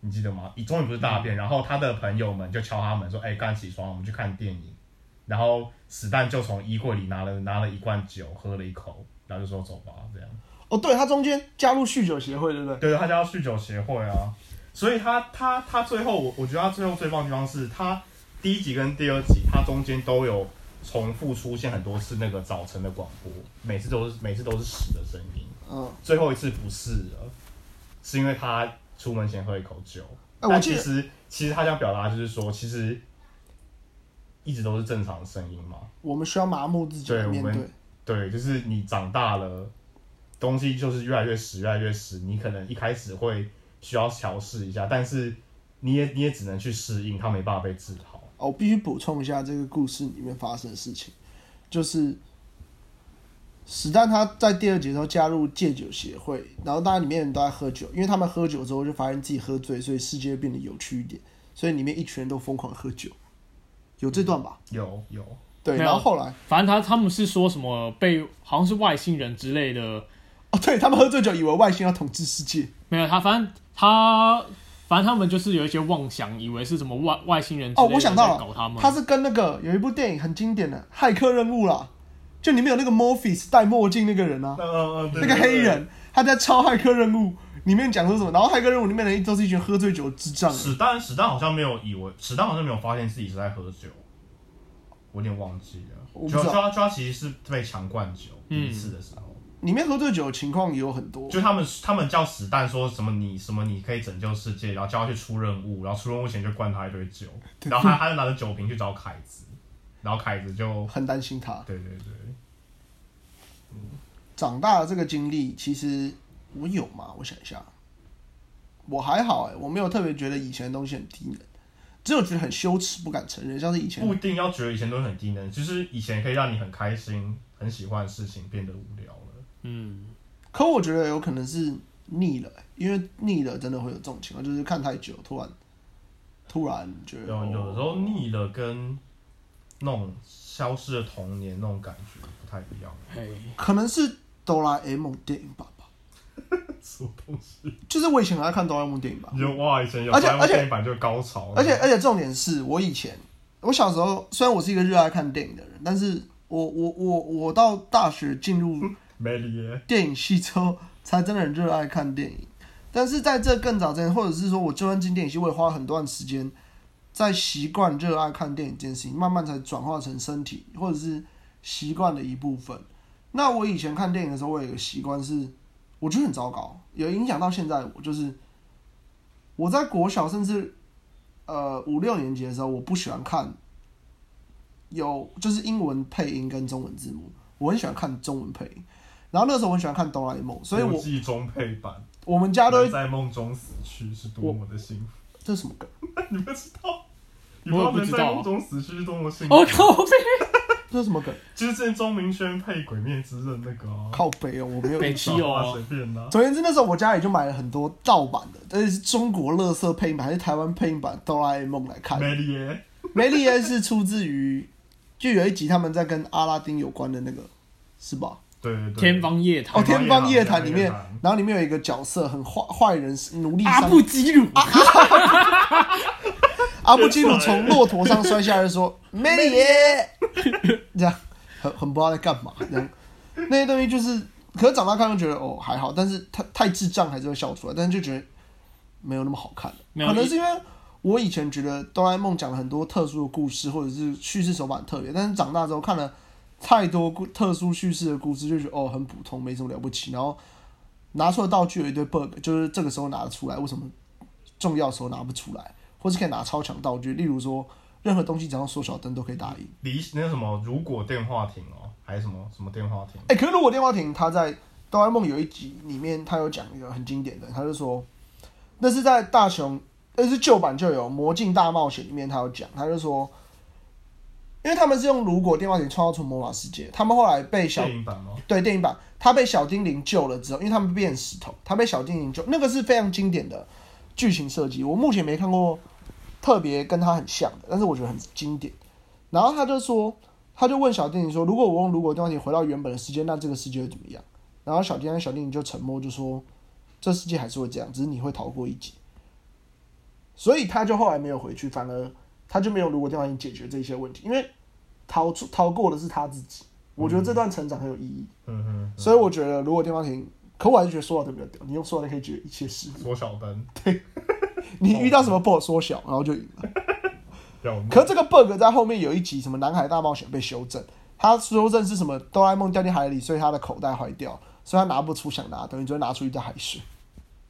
Speaker 2: 你记得吗？终于不是大
Speaker 1: 嗯
Speaker 2: 便，然后他的朋友们就敲他门说：“哎、刚起床，我们去看电影。”然后史丹就从衣柜里拿了拿了一罐酒，喝了一口，然后就说：“走吧。”这样。
Speaker 1: 哦，对，他中间加入酗酒协会，对不对？
Speaker 2: 对，他叫酗酒协会啊。所以他他他最后我我觉得他最后最棒的地方是他第一集跟第二集，他中间都有重复出现很多次那个早晨的广播，每次都是每次都是屎的声音，
Speaker 1: 嗯，
Speaker 2: 最后一次不是了，是因为他出门前喝一口酒。
Speaker 1: 哎、我
Speaker 2: 但
Speaker 1: 记
Speaker 2: 其
Speaker 1: 得
Speaker 2: 实其实他想表达就是说，其实一直都是正常的声音嘛。
Speaker 1: 我们需要麻木自己
Speaker 2: 对
Speaker 1: 来
Speaker 2: 我
Speaker 1: 面
Speaker 2: 们
Speaker 1: 对。
Speaker 2: 对，就是你长大了，东西就是越来越实，越来越实。你可能一开始会需要调试一下，但是你也你也只能去适应，它没办法被治好。
Speaker 1: 哦，我必须补充一下这个故事里面发生的事情，就是史丹他在第二节的时候加入戒酒协会，然后大家里面人都在喝酒，因为他们喝酒之后就发现自己喝醉，所以世界变得有趣一点，所以里面一群人都疯狂喝酒，有这段吧？
Speaker 2: 有有，
Speaker 1: 对，
Speaker 3: 没有
Speaker 1: 然后后来
Speaker 3: 反正他他们是说什么被好像是外星人之类的，
Speaker 1: 哦，对他们喝醉酒以为外星要统治世界，
Speaker 3: 没有他，反正他反正他们就是有一些妄想，以为是什么外外星人之
Speaker 1: 哦
Speaker 3: 类的
Speaker 1: 我想到了
Speaker 3: 在搞他们。
Speaker 1: 他是跟那个有一部电影很经典的《骇客任务》啦，就里面有那个 Morpheus 戴墨镜那个人啊
Speaker 2: 嗯，嗯嗯，
Speaker 1: 那个黑人他在抄《骇客任务》里面讲说什么，然后《骇客任务》里面的人都是一群喝醉酒的智障人。
Speaker 2: 史丹史丹好像没有以为史丹好像没有发现自己是在喝酒，我有点忘记
Speaker 1: 我不
Speaker 2: 了。
Speaker 1: 知
Speaker 2: 就就
Speaker 1: 道
Speaker 2: 他就他其实是被强灌酒第一
Speaker 3: 嗯
Speaker 2: 次的时候。
Speaker 1: 里面喝醉酒的情况也有很多。
Speaker 2: 就他们他们叫史蛋说什么你什么你可以拯救世界，然后叫他去出任务，然后出任务前就灌他一堆酒，然后他他就拿着酒瓶去找凯子，然后凯子就
Speaker 1: 很担心他
Speaker 2: 对对对，
Speaker 1: 长大的这个经历，其实我有吗？我想一下，我还好哎、我没有特别觉得以前的东西很低能，只有觉得很羞耻，不敢承认。像是以前
Speaker 2: 不一定要觉得以前都很低能，就是以前可以让你很开心、很喜欢的事情变得无聊了。
Speaker 3: 嗯，
Speaker 1: 可我觉得有可能是腻了、欸因为腻了真的会有这种情况，就是看太久，突然突然觉得哦
Speaker 2: 有有时候腻了跟那种消失的童年那种感觉不太一样，
Speaker 3: 嘿，
Speaker 1: 可能是哆啦 A 梦电影吧吧，
Speaker 2: 什么东西？
Speaker 1: 就是我以前很爱看哆啦 A 梦电影吧，
Speaker 2: 有哇，以前有
Speaker 1: 而且
Speaker 2: 台湾
Speaker 1: 而且
Speaker 2: 电影版就高潮，
Speaker 1: 而且而且重点是我以前，我小时候虽然我是一个热爱看电影的人，但是我我我我到大学进入
Speaker 2: 美丽耶，
Speaker 1: 电影系之后，才真的很热爱看电影。但是在这更早之前，或者是说我就算进电影系，我也花很段时间在习惯热爱看电影这件事情，慢慢才转化成身体或者是习惯的一部分。那我以前看电影的时候，我有一个习惯是，我觉得很糟糕，有影响到现在我，就是我在国小甚至呃五六年级的时候，我不喜欢看有就是英文配音跟中文字幕，我很喜欢看中文配音。然后那时候我很喜欢看哆啦 A 梦，所以
Speaker 2: 国
Speaker 1: 我
Speaker 2: 际中配版，
Speaker 1: 我们家都会
Speaker 2: 人在梦中死去是多么的幸福。
Speaker 1: 这是什么梗？
Speaker 2: 你不知道？你
Speaker 3: 我
Speaker 2: 不
Speaker 3: 也不
Speaker 2: 知
Speaker 3: 知
Speaker 2: 道
Speaker 3: 道
Speaker 2: 在梦中死去是多么幸福？
Speaker 3: 我哦靠，
Speaker 1: 这是什么梗？
Speaker 2: 就是之前钟明轩配《鬼灭之刃》那个啊，
Speaker 1: 靠北哦，我没有
Speaker 3: 北
Speaker 1: 印
Speaker 3: 极
Speaker 1: 象。
Speaker 2: 找
Speaker 3: 有
Speaker 2: 啊
Speaker 3: 啊
Speaker 2: 随便啦。
Speaker 1: 总而言之，那时候我家里就买了很多盗版的，而且是中国乐色配音版还是台湾配音版《哆啦 A 梦》来看。
Speaker 2: 美丽耶，
Speaker 1: 梅丽耶是出自于，就有一集他们在跟阿拉丁有关的那个，是吧？
Speaker 2: 对对对，
Speaker 3: 天方夜谭
Speaker 1: 哦，天方夜谭里面
Speaker 2: 天方夜谭，
Speaker 1: 然后里面有一个角色很坏坏人，奴隶
Speaker 3: 阿
Speaker 1: 商
Speaker 3: 布基鲁，
Speaker 1: 阿布基鲁从骆驼上摔下来，说“梅丽耶”， 这样很很不知道在干嘛，这样那些东西就是，可是长大看就觉得哦还好，但是太太智障还是会笑出来，但是就觉得没有那么好看，
Speaker 3: 没有
Speaker 1: 可能是因为我以前觉得哆啦 A 梦讲了很多特殊的故事，或者是叙事手法很特别，但是长大之后看了太多故特殊叙事的故事，就觉得哦很普通，没什么了不起。然后拿出的道具有一堆 bug，就是这个时候拿得出来，为什么重要时候拿不出来？或是可以拿超强道具，例如说任何东西只要缩小灯都可以打赢。
Speaker 2: 离那个什么，如果电话亭哦，还是什么什么电话亭，
Speaker 1: 哎、可是如果电话亭他在《哆啦 A 梦》有一集里面，他有讲一个很经典的，他就说那是在大雄，那是旧版就有《魔镜大冒险》里面他有讲，他就说，因为他们是用如果电话亭创造出魔法世界，他们后来被小
Speaker 2: 电影版哦吗？
Speaker 1: 对电影版，他被小精灵救了之后，因为他们变石头，他被小精灵救，那个是非常经典的剧情设计。我目前没看过特别跟他很像的，但是我觉得很经典。然后他就说，他就问小精灵说：“如果我用如果电话亭回到原本的世界，那这个世界会怎么样？”然后小精灵小精灵就沉默，就说：“这世界还是会这样，只是你会逃过一劫。”所以他就后来没有回去，反而他就没有如果电话亭解决这些问题，因为逃出逃过的是他自己。我觉得这段成长很有意义。
Speaker 2: 嗯哼，
Speaker 1: 所以我觉得，如果电话亭，可我还是觉得缩小灯比较屌。你用缩小灯可以解决一切事。
Speaker 2: 缩小灯，
Speaker 1: 你遇到什么 BOSS 缩小，然后就赢了。
Speaker 2: 要命
Speaker 1: 可这个 bug 在后面有一集什么《南海大冒险》被修正，它修正是什么？哆啦 A 梦掉进海里，所以他的口袋坏掉，所以他拿不出想拿的东西，就会拿出一袋海水。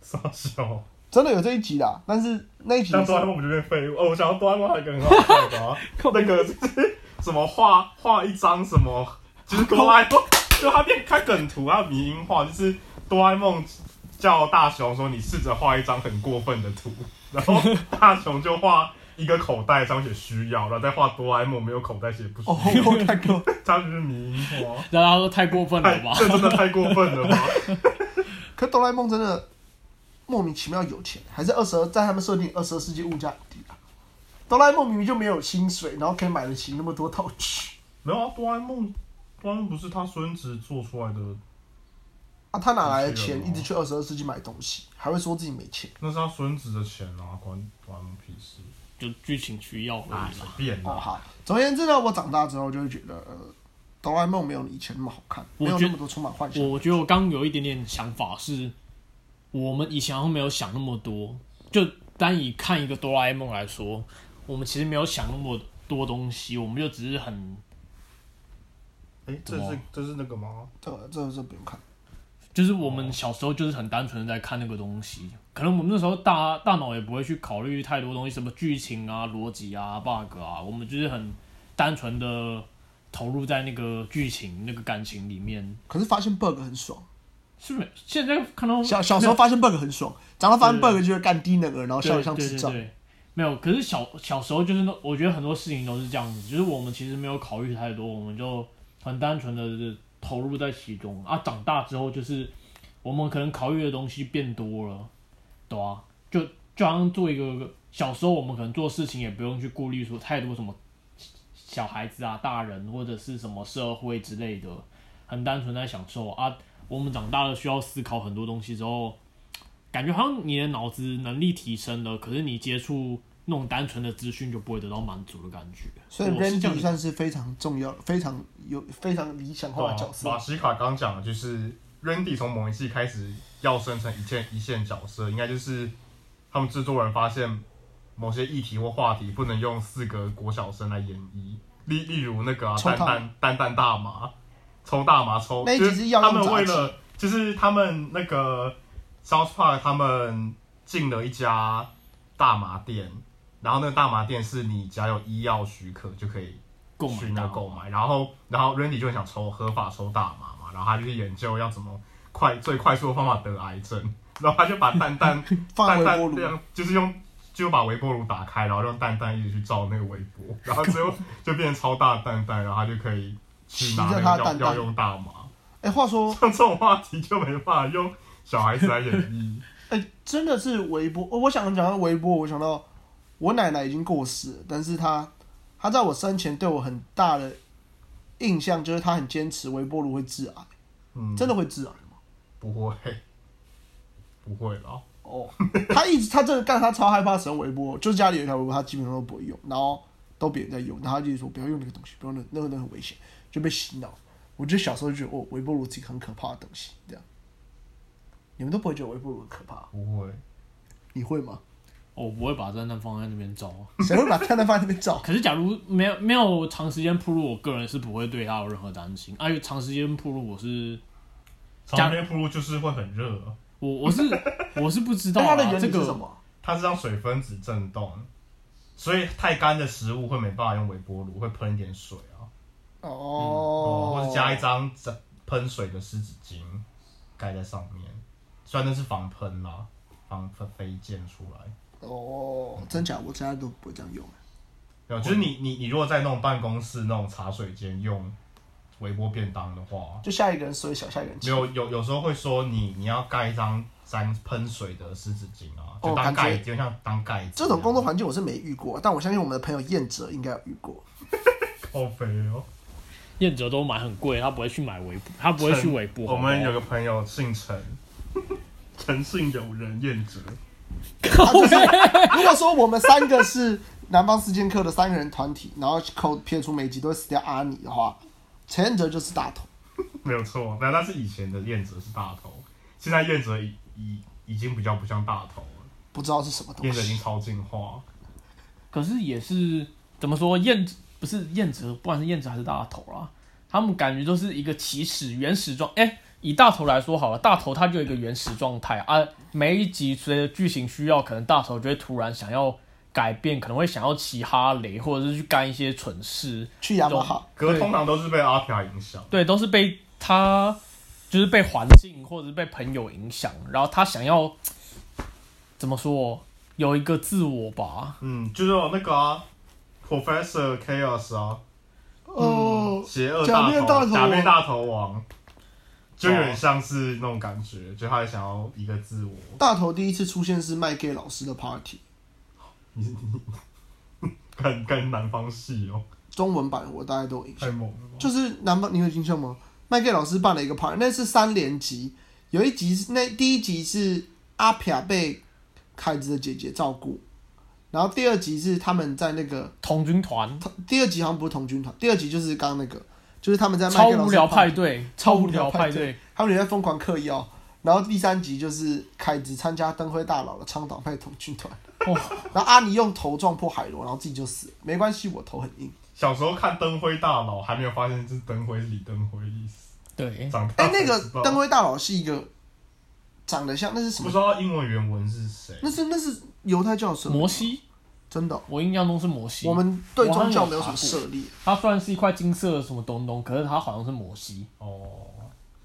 Speaker 2: 傻笑，
Speaker 1: 真的有这一集啦，但是那一集
Speaker 2: 像哆啦 A
Speaker 1: 是
Speaker 2: 梦不就变废物？哦，我想要哆啦 A 梦还有一个很好笑的 啊，那个就是什么画画一张什么，就是哆啦 A 梦，就他变开梗图，他迷音画，就是哆啦 A 梦叫大雄说你试着画一张很过分的图， 然后大雄就画。一个口袋上写需要，然后再画哆啦 A 梦没有口袋写不需
Speaker 1: 哦，
Speaker 2: 要，
Speaker 1: 我看过。
Speaker 2: 他就是迷音画，
Speaker 3: 然后他说太过分了
Speaker 2: 太
Speaker 3: 吧？
Speaker 2: 这真的太过分了吧？
Speaker 1: 可哆啦 A 梦真的莫名其妙有钱，还是二十二在他们设定二十二世纪物价很低啊。哆啦 A 梦明明就没有薪水，然后可以买得起那么多道具
Speaker 2: 没有啊，哆啦 A 梦，哆啦 A 梦不是他孙子做出来的，
Speaker 1: 啊！他哪来的
Speaker 2: 是
Speaker 1: 钱
Speaker 2: 哦
Speaker 1: 一直去二十二世纪买东西，还会说自己没钱？
Speaker 2: 那是他孙子的钱啊，关哆啦 A 梦屁事。
Speaker 3: 就剧情需要而已
Speaker 2: 啊，
Speaker 3: 啦
Speaker 2: 随。便
Speaker 1: 哦，
Speaker 2: 啦。
Speaker 1: 好。总而言之呢，我长大之后就会觉得，呃，哆啦 A 梦没有以前那么好看，
Speaker 3: 我
Speaker 1: 没有
Speaker 3: 觉
Speaker 1: 那么多充满幻想。
Speaker 3: 我觉得我刚有一点点想法是，我们以前好像没有想那么多，就单以看一个哆啦 A 梦来说，我们其实没有想那么多东西，我们就只是很
Speaker 2: 哎、这
Speaker 3: 怎么
Speaker 2: 是这是那个吗？
Speaker 1: 这个这个这不用看。
Speaker 3: 就是我们小时候就是很单纯的在看那个东西，可能我们那时候大大脑也不会去考虑太多东西，什么剧情啊、逻辑啊、bug 啊，我们就是很单纯的投入在那个剧情、那个感情里面。
Speaker 1: 可是发现 bug 很爽，
Speaker 3: 是没现在看到
Speaker 1: 小小时候发现 bug 很爽，长大发现
Speaker 3: 对
Speaker 1: bug 就会干低能儿，然后笑得像
Speaker 3: 对
Speaker 1: 智障
Speaker 3: 对。对对没有，可是小小时候就是那，我觉得很多事情都是这样子，就是我们其实没有考虑太多，我们就很单纯的投入在其中啊。长大之后就是我们可能考虑的东西变多了，对啊，就就好像做一个小时候我们可能做事情也不用去顾虑说太多什么小孩子啊、大人或者是什么社会之类的，很单纯在享受啊。我们长大了需要思考很多东西之后，感觉好像你的脑子能力提升了，可是你接触那种单纯的资讯就不会得到满足的感觉。
Speaker 1: 所以
Speaker 3: 我是这样
Speaker 1: Randy 算是非常重要、非常有、非常理想
Speaker 3: 啊
Speaker 1: 化的角
Speaker 2: 马
Speaker 1: 色。
Speaker 2: 西卡刚讲的就是 Randy 从某一季开始要生成一件一线角色，应该就是他们制作人发现某些议题或话题不能用四个国小生来演绎，例例如那个、啊、
Speaker 1: 抽
Speaker 2: 蛋
Speaker 1: 大麻
Speaker 2: 蛋蛋蛋大麻抽大麻抽，
Speaker 1: 那一集
Speaker 2: 就是
Speaker 1: 要
Speaker 2: 他
Speaker 1: 用
Speaker 2: 们为
Speaker 1: 杂
Speaker 2: 了就是他们那个 South Park 他们进了一家大麻店，然后那个大麻店是你只要有医药许可就可以
Speaker 3: 购
Speaker 2: 去
Speaker 3: 买
Speaker 2: 那
Speaker 3: 到
Speaker 2: 购买，然后然后 Randy 就很想抽合法抽大麻嘛，然后他就去研究要怎么快最快速的方法得癌症， 然后他就把蛋蛋 蛋
Speaker 1: 放微
Speaker 2: 蛋
Speaker 1: 波
Speaker 2: 这
Speaker 3: 啊
Speaker 1: 炉，
Speaker 2: 样就是用就把微波炉打开，然后让蛋蛋一直去照那个微波， 然后 最后就变成超大的蛋蛋，然后他就可以去
Speaker 1: 骑
Speaker 2: 拿
Speaker 1: 着
Speaker 2: 那个
Speaker 1: 他的
Speaker 2: 药
Speaker 1: 蛋
Speaker 2: 药
Speaker 1: 蛋。
Speaker 2: 用大麻，
Speaker 1: 哎，话说，
Speaker 2: 像这种话题就没办法用小孩子来演绎，
Speaker 1: 哎，真的是微波。哦我想讲到微波，我想到我奶奶已经过世了，但是她她在我生前对我很大的印象就是她很坚持微波炉会致癌，
Speaker 2: 嗯，
Speaker 1: 真的会致癌吗？
Speaker 2: 不会，不会啦。
Speaker 1: 哦， 她一直她真的干，她超害怕使用微波，就是家里有一条微波，她基本上都不会用，然后都别人在用，然后她就说不要用那个东西，不要用那个那个很危险，就被洗脑。我觉得小时候就觉得哦，微波炉是一个很可怕的东西，这样。你们都不会觉得微波炉很可怕，
Speaker 2: 不会，
Speaker 1: 你会吗？
Speaker 3: 我哦我不会把炸弹放在那边照啊。
Speaker 1: 谁会把炸弹放在那边照？
Speaker 3: 可是假如没有没有长时间铺路，我个人是不会对他有任何担心。啊，因为长时间铺路，我是
Speaker 2: 长时间铺路就是会很热啊，
Speaker 3: 我 我是我是不知道、
Speaker 1: 但
Speaker 3: 啊、
Speaker 1: 它的原
Speaker 3: 这
Speaker 1: 理是
Speaker 3: 个
Speaker 1: 什么？
Speaker 2: 它是让水分子震动，所以太干的食物会没办法用微波炉，会喷一点水啊，
Speaker 1: 哦，
Speaker 2: 或者加一张整喷水的湿纸巾盖在上面，虽然那是防喷啦，防飞飞溅出来。
Speaker 1: 哦，真假？我现在都不会这样用。
Speaker 2: 对啊，就是你你你如果在那种办公室那种茶水间用微波便当的话，
Speaker 1: 就下一个人水小，下一个人
Speaker 2: 没
Speaker 1: 气。
Speaker 2: 有有有时候会说你你要盖一张沾喷水的湿纸巾啊，
Speaker 1: 哦
Speaker 2: 就当盖
Speaker 1: 感
Speaker 2: 子，就像当盖子。
Speaker 1: 这种工作环境我是没遇过，但我相信我们的朋友燕哲应该有遇 过。
Speaker 2: 好肥哦。
Speaker 3: 燕哲都买很贵，他不会去买微波，他不会去微波。
Speaker 2: 我们有
Speaker 3: 个
Speaker 2: 个朋友姓陈， 陈姓友人燕哲，
Speaker 1: 他就是如果说我们三个是南方四剑客的三个人团体，然后扣撇除每集都会死掉阿尼的话，陈彦哲就是大头。
Speaker 2: 没有错。那但是以前的燕哲是大头，现在燕哲已已已经比较不像大头了，
Speaker 1: 不知道是什么东
Speaker 2: 燕哲已经
Speaker 1: 西，
Speaker 2: 超进化。
Speaker 3: 可是也是怎么说燕不是燕哲，不管是燕哲还是大头啦，他们感觉都是一个起始原始状。哎、以大头来说好了，大头他就有一个原始状态啊，每一集随着剧情需要，可能大头就会突然想要改变，可能会想要骑哈雷，或者是去干一些蠢事。
Speaker 1: 去雅马哈，
Speaker 2: 可是通常都是被阿皮亚影响，
Speaker 3: 对，都是被他就是被环境或者是被朋友影响，然后他想要怎么说，有一个自我吧。
Speaker 2: 嗯，就是有那个、啊、Professor Chaos 啊，
Speaker 1: 哦，
Speaker 2: 邪恶
Speaker 1: 假面大头
Speaker 2: 假面大头王，就有点像是那种感觉，就他也想要一个自我。
Speaker 1: 大头第一次出现是卖给老师的 party，
Speaker 2: 你你跟跟南方系哦，
Speaker 1: 中文版我大概都有印象
Speaker 2: 太。猛了吧！
Speaker 1: 就是南方，你有印象吗？麦克老师办了一个 party，那是三连集，有一集是那第一集是阿撇被凯子的姐姐照顾，然后第二集是他们在那个
Speaker 3: 童军团
Speaker 1: 第二集好像不是童军团，第二集就是刚刚那个，就是他们在麦
Speaker 3: 超
Speaker 1: 克老
Speaker 3: 无
Speaker 1: 师
Speaker 3: 聊
Speaker 1: 的
Speaker 3: 派
Speaker 1: party，
Speaker 3: 对，
Speaker 1: 超
Speaker 3: 超
Speaker 1: 无
Speaker 3: 无
Speaker 1: 聊
Speaker 3: 聊
Speaker 1: 派
Speaker 3: 派
Speaker 1: 对
Speaker 3: 对，
Speaker 1: 他们也在疯狂嗑药，然后第三集就是凯子参加灯辉大佬的倡导派童军团，
Speaker 3: 哇
Speaker 1: 然后阿尼用头撞破海螺，然后自己就死了，没关系，我头很硬。
Speaker 2: 小时候看灯辉大佬，还没有发现这灯辉是李登辉的意思。
Speaker 3: 对，
Speaker 2: 长大
Speaker 1: 哎、
Speaker 2: 才
Speaker 1: 那个
Speaker 2: 知道
Speaker 1: 灯辉大佬是一个长得像那是什
Speaker 2: 不
Speaker 1: 么
Speaker 2: 知？道英文原文是谁，
Speaker 1: 那是那是犹太教神
Speaker 3: 摩西，
Speaker 1: 真的哦、
Speaker 3: 我印象中是摩西。
Speaker 1: 我们对宗教没有什么涉猎。
Speaker 3: 它虽然是一块金色的什么东东，可是它好像是摩西。
Speaker 2: 哦，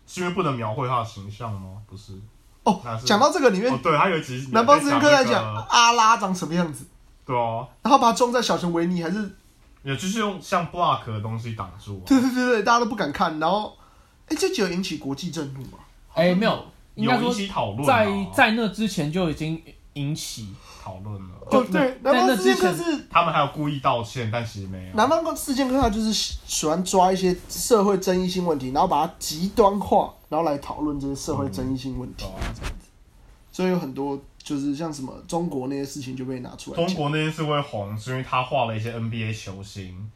Speaker 2: 是因为不能描绘他的形象吗？不是，那
Speaker 1: 哦，
Speaker 2: 是
Speaker 1: 讲到这个里面
Speaker 2: 哦，，对，他有一集是
Speaker 1: 南方四
Speaker 2: 在
Speaker 1: 剑客在
Speaker 2: 那
Speaker 1: 讲
Speaker 2: 个，
Speaker 1: 阿拉长什么样子，
Speaker 2: 对啊，
Speaker 1: 然后把它装在小熊维尼还是
Speaker 2: 也就是用像 block 的东西挡住、啊。
Speaker 1: 对对对对，大家都不敢看。然后，哎，这集有引起国际震怒吗？
Speaker 3: 哎，没有，应该
Speaker 2: 有
Speaker 3: 说
Speaker 2: 一起讨论、啊，
Speaker 3: 在在那之前就已经引起
Speaker 2: 讨论了。
Speaker 1: 哦，
Speaker 3: 对
Speaker 1: 对，
Speaker 3: 在
Speaker 1: 南方
Speaker 3: 那
Speaker 1: 四剑
Speaker 3: 之
Speaker 1: 客
Speaker 3: 前
Speaker 1: 是
Speaker 2: 他们还有故意道歉，但其实没有。
Speaker 1: 南方四剑客，他就是喜喜欢抓一些社会争议性问题，然后把它极端化，然后来讨论这些社会争议性问题，
Speaker 2: 对啊
Speaker 1: 所以有很多就是像什么中国那些事情就被拿出来
Speaker 2: 中
Speaker 1: 讲。
Speaker 2: 国那件事会红，是因为他画了一些 NBA 球星，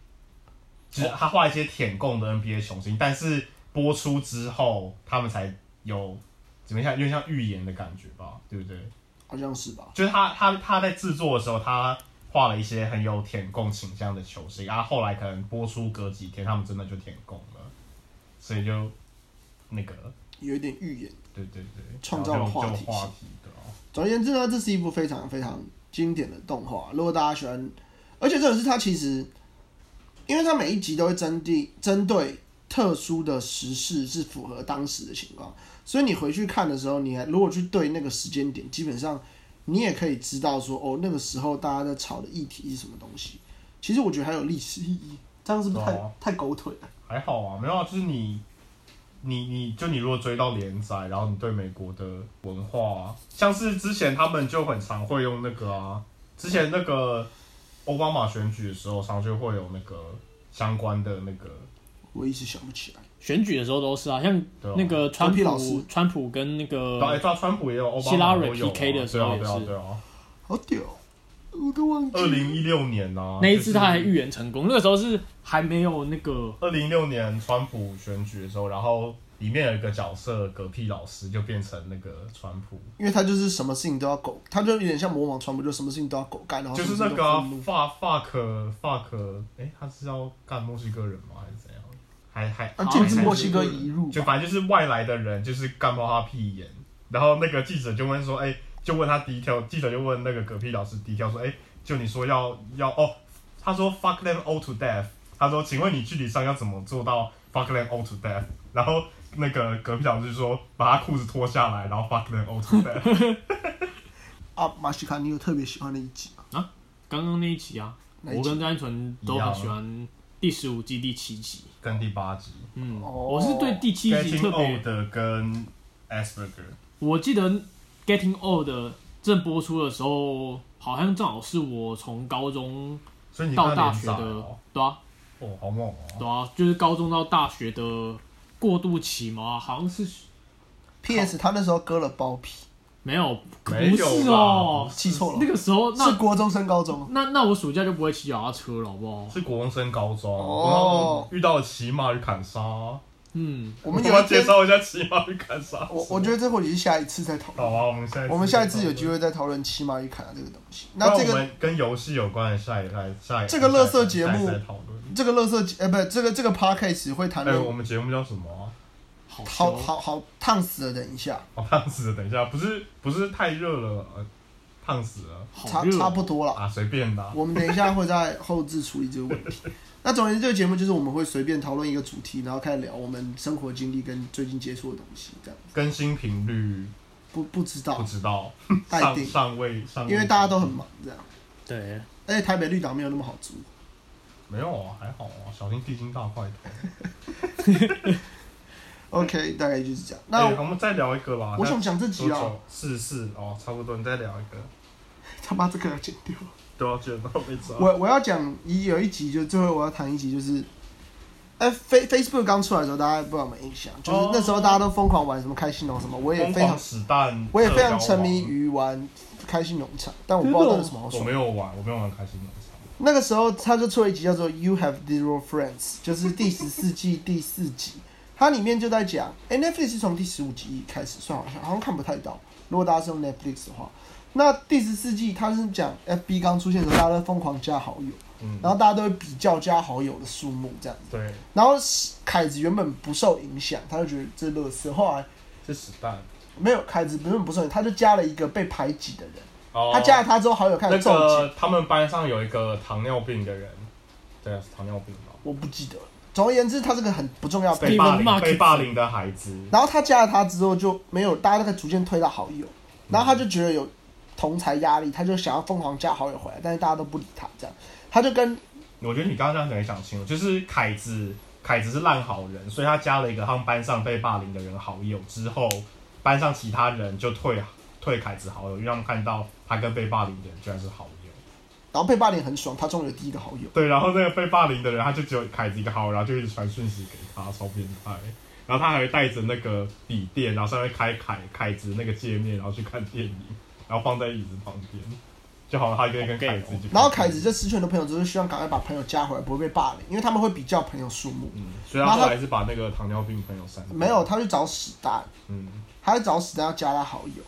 Speaker 2: 就是
Speaker 1: 哦
Speaker 2: 他画一些舔共的 NBA 球星，但是播出之后，他们才有怎么样，有点像预言的感觉吧，对不对？
Speaker 1: 好像是吧？
Speaker 2: 就是他他他在制作的时候，他画了一些很有舔共倾向的球星，然、啊后后来可能播出隔几天，他们真的就舔共了，所以就那个，
Speaker 1: 有一点预言。
Speaker 2: 对对对，
Speaker 1: 创造了
Speaker 2: 然后就
Speaker 1: 话
Speaker 2: 就
Speaker 1: 题
Speaker 2: 话
Speaker 1: 性
Speaker 2: 题的、哦。
Speaker 1: 总而言之呢，这是一部非常非常经典的动画。如果大家喜欢，而且这种是它其实，因为它每一集都会针对针对特殊的时事，是符合当时的情况，所以你回去看的时候，你还如果去对那个时间点，基本上你也可以知道说，哦，那个时候大家在吵的议题是什么东西。其实我觉得还有历史意义，这样是不是太、
Speaker 2: 对啊
Speaker 1: 太狗腿了？
Speaker 2: 还好啊，没有啊，就是你，你你就你如果追到连载，然后你对美国的文化、啊，像是之前他们就很常会用那个啊，之前那个奥巴马选举的时候，常就会有那个相关的那个，
Speaker 1: 我一时想不起来。
Speaker 3: 选举的时候都是啊，像
Speaker 2: 对啊
Speaker 3: 那个川
Speaker 1: 狗屁老师
Speaker 3: 普，川普跟那
Speaker 2: 对啊，
Speaker 3: 个
Speaker 2: 到川普也有，奥巴
Speaker 3: 呃希拉
Speaker 2: 马
Speaker 3: 蕊
Speaker 2: 也有啊
Speaker 3: PK 的时
Speaker 2: 对
Speaker 3: 候
Speaker 2: 啊，对啊，对啊，
Speaker 1: 好屌，我都忘记
Speaker 2: 二
Speaker 1: 了。
Speaker 2: 零一六年啊，
Speaker 3: 那一次他还
Speaker 2: 就是
Speaker 3: 预言成功，那个时候是还没有那个
Speaker 2: 二零一六年川普选举的时候，然后里面有一个角色嗝屁老师就变成那个川普，
Speaker 1: 因为他就是什么事情都要狗，他就有点像魔王传播，就什么事情都要狗干，然后
Speaker 2: 就是
Speaker 1: 什么
Speaker 2: 那
Speaker 1: 事情
Speaker 2: 个
Speaker 1: 都
Speaker 2: 啊
Speaker 1: 愤怒
Speaker 2: fuck fuck fuck，哎、他是要干墨西哥人吗？还是怎样？还还
Speaker 1: 啊，
Speaker 3: 好
Speaker 1: 禁止
Speaker 3: 还是
Speaker 1: 墨西哥移入，
Speaker 2: 就反正就是外来的人，就是干爆他屁眼。然后那个记者就问说：“哎、就问他 detail，记者就问那个嗝屁老师 detail 说：‘哎、就你说要要哦，他说 fuck them all to death。’他说：‘请问你具体上要怎么做到 fuck them all to death？’ 然后那个嗝屁老师说：‘把他裤子脱下来，然后 fuck them all to death。
Speaker 1: 啊，马西卡，你有特别喜欢的一集吗？
Speaker 3: 刚刚那一集啊，
Speaker 1: 哪一集
Speaker 3: 我跟单纯都很
Speaker 2: 啊
Speaker 3: 喜欢第十五季第七集。’
Speaker 2: 跟第八集
Speaker 3: 嗯，
Speaker 1: 哦
Speaker 3: 我是对第七集
Speaker 2: ，Getting
Speaker 3: 特别，
Speaker 2: Old 跟 Asperger，
Speaker 3: 我记得《Getting Old》正播出的时候，好像正好是我从高中
Speaker 2: 所以你
Speaker 3: 到
Speaker 2: 看
Speaker 3: 大
Speaker 2: 连
Speaker 3: 学
Speaker 2: 载
Speaker 3: 的
Speaker 2: 哦，，
Speaker 3: 对啊，
Speaker 2: 哦，好猛哦！
Speaker 3: 对啊，就是高中到大学的过渡期嘛，好像是
Speaker 1: P.S. 他那时候割了包皮，
Speaker 3: 没有，不
Speaker 2: 没有
Speaker 3: 是
Speaker 2: 啦
Speaker 3: 哦、
Speaker 1: 记错
Speaker 3: 那
Speaker 1: 了，
Speaker 3: 个时候
Speaker 1: 是
Speaker 3: 那
Speaker 1: 国中升高中。
Speaker 3: 那那我暑假就不会骑脚踏车了，好不好？
Speaker 2: 是国中升高中，
Speaker 1: 哦
Speaker 2: 然后遇到了骑马与砍杀。
Speaker 3: 嗯，
Speaker 1: 我们
Speaker 2: 我
Speaker 1: 有
Speaker 2: 要
Speaker 1: 一天
Speaker 2: 介，绍一下骑马与砍杀。
Speaker 1: 我我觉得这或许是下一次再讨
Speaker 2: 好
Speaker 1: 论。
Speaker 2: 啊，我们下一次
Speaker 1: 我们下一次有机
Speaker 2: 会。
Speaker 1: 会再讨论骑马与砍啊这个东西。
Speaker 2: 那
Speaker 1: 那这
Speaker 2: 我
Speaker 1: 个
Speaker 2: 们跟游戏有关的下一代下一
Speaker 1: 这个垃圾节目
Speaker 2: 下一次再讨论。
Speaker 1: 这个乐色呃，不，这个这个 podcast 会谈
Speaker 2: 哎，我
Speaker 1: 论
Speaker 2: 们节目叫什么啊？
Speaker 3: 好
Speaker 1: 好
Speaker 3: 羞，
Speaker 1: 好好烫死了，等一下，
Speaker 2: 哦，烫死了！等一下，不是不是太热了，呃烫死了
Speaker 1: 差
Speaker 3: 好热哦，
Speaker 1: 差不多了。
Speaker 2: 啊，随便的啊。
Speaker 1: 我们等一下会在后置处理这个问 题。那总而言之，这个节目就是我们会随便讨论一个主题，然后开始聊我们生活经历跟最近接触的东西，这样
Speaker 2: 更新频率
Speaker 1: 不不知道
Speaker 2: 不，知道，
Speaker 1: 待
Speaker 2: 上
Speaker 1: 定
Speaker 2: 上位上位，
Speaker 1: 因为大家都很忙，这样。
Speaker 3: 对，
Speaker 1: 而且台北绿岛没有那么好租，
Speaker 2: 没有啊，还好啊，小心地心大块头。
Speaker 1: OK，大概就是这样。那
Speaker 2: 那
Speaker 1: 我,、
Speaker 2: 哎我们再聊一个吧。
Speaker 1: 想讲这
Speaker 2: 多
Speaker 1: 集啊，
Speaker 2: 久？是是哦，差不多，你再聊一个，
Speaker 1: 他把这个要剪掉。
Speaker 2: 都要剪到没差。
Speaker 1: 我我要讲一有一集就最后我要谈一集就是，哎、f a Facebook 刚出来的时候，大家不知道有没有印象，就是那时候大家都疯狂玩什么开心农什么，我也
Speaker 2: 疯
Speaker 1: 非常
Speaker 2: 狂子弹，
Speaker 1: 我也非常沉迷于玩开心农场，但我不知道
Speaker 3: 真的
Speaker 1: 那
Speaker 3: 哦
Speaker 1: 有什么好
Speaker 2: 社交网。我
Speaker 1: 说
Speaker 2: 没。有玩，我没有玩开心农场。
Speaker 1: 那个时候他就出了一集叫做《You Have Zero Friends》，就是第十四季第四集，它里面就在讲，哎、n e t f l i x 是从第十五集开始算，好像好像看不太到。如果大家是用 Netflix 的话，那第十四季它是讲 FB 刚出现的时候，大家都疯狂加好友，
Speaker 2: 嗯，
Speaker 1: 然后大家都会比较加好友的数目这样子。
Speaker 2: 对，
Speaker 1: 然后凯子原本不受影响，他就觉得这乐色，后来
Speaker 2: 是子弹。
Speaker 1: 没有凯子原本不受影响，他就加了一个被排挤的人。
Speaker 2: 哦
Speaker 1: 他加了他之后，好友开
Speaker 2: 那
Speaker 1: 始骤减，
Speaker 2: 个他们班上有一个糖尿病的人，对啊，是糖尿病吧？
Speaker 1: 我不记得了。总而言之，他这个很不重要被
Speaker 2: 被
Speaker 3: Steven
Speaker 2: 霸凌
Speaker 3: Marks
Speaker 2: 被霸凌的孩子，
Speaker 1: 然后他加了他之后就没有，大家那个逐渐推到好友，然后他就觉得有同才压力，他就想要疯狂加好友回来，但是大家都不理他，这样他就跟
Speaker 2: 我觉得你刚刚这样讲也讲清楚，就是凯子，凯子是烂好人，所以他加了一个他们班上被霸凌的人好友之后，班上其他人就退退凯子好友，因为他们看到他跟被霸凌的人居然是好友。
Speaker 1: 然后被霸凌很爽，他终于有第一个好友，
Speaker 2: 对，然后那个被霸凌的人，他就只有凯子一个好友，然后就一直传讯息给他，超变态。然后他还会带着那个笔电，然后上面开凯凯子那个界面，然后去看电影，然后放在椅子旁边，就好像他跟跟凯子一起看电影。
Speaker 1: 然后凯子就失去很多朋友，就是希望赶快把朋友加回来，不会被霸凌，因为他们会比较朋友数目。
Speaker 2: 嗯，所以他后来是把那个糖尿病朋友删掉。
Speaker 1: 没有，，他去找史丹，
Speaker 2: 嗯，
Speaker 1: 他去找史丹要加他好友，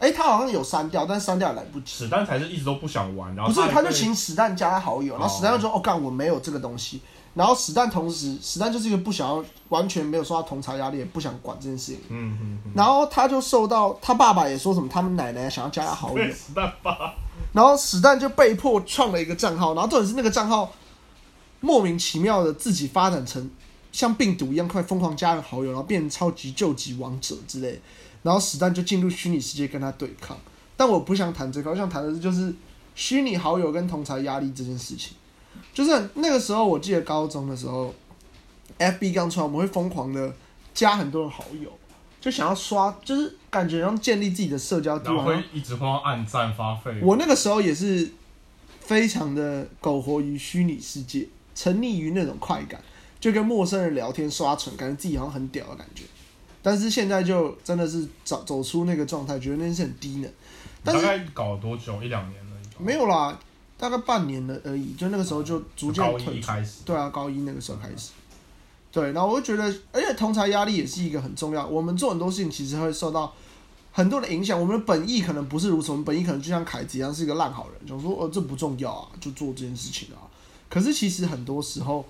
Speaker 1: 哎，他好像有删掉，但是删掉也来不及。
Speaker 2: 史丹才是一直都不想玩，然后
Speaker 1: 不是，他
Speaker 2: 他
Speaker 1: 就请史蛋加他好友，然后史蛋就说：“哦，干，我没有这个东西。”然后史蛋同时，史蛋就是一个不想要，完全没有受到同侪压力，也不想管这件事情。
Speaker 2: 嗯嗯嗯，
Speaker 1: 然后他就受到他爸爸也说什么，他们奶奶想要加他好友
Speaker 2: 对，，史丹吧，
Speaker 1: 然后史蛋就被迫创了一个账号，然后重点是那个账号莫名其妙的自己发展成像病毒一样，快疯狂加人好友，然后变成超级救急王者之类的。然后史蛋就进入虚拟世界跟他对抗。但我不想谈这个，我想谈的是就是虚拟好友跟同才压力这件事情。就是很那个时候，我记得高中的时候，FB 刚出来，我们会疯狂的加很多人好友，就想要刷，就是感觉要建立自己的社交地
Speaker 2: 然
Speaker 1: 位，
Speaker 2: 后会一直慌暗赞发费。
Speaker 1: 我那个时候也是非常的苟活于虚拟世界，沉溺于那种快感，就跟陌生人聊天刷存，感觉自己好像很屌的感觉。但是现在就真的是走走出那个状态，觉得那件事很低能。但
Speaker 2: 大
Speaker 1: 是
Speaker 2: 概搞了多久？一两年了，
Speaker 1: 没有啦，大概半年了而已，就那个时候就逐渐
Speaker 2: 高一
Speaker 1: 退
Speaker 2: 一
Speaker 1: 出。
Speaker 2: 开始，
Speaker 1: 对啊，高一那个时候开始。对，然后我就觉得，而且同才压力也是一个很重要。我们做很多事情其实会受到很多的影响，我们的本意可能不是如此，我们本意可能就像凯子一样是一个烂好人，想说呃这不重要啊，就做这件事情啊。可是其实很多时候，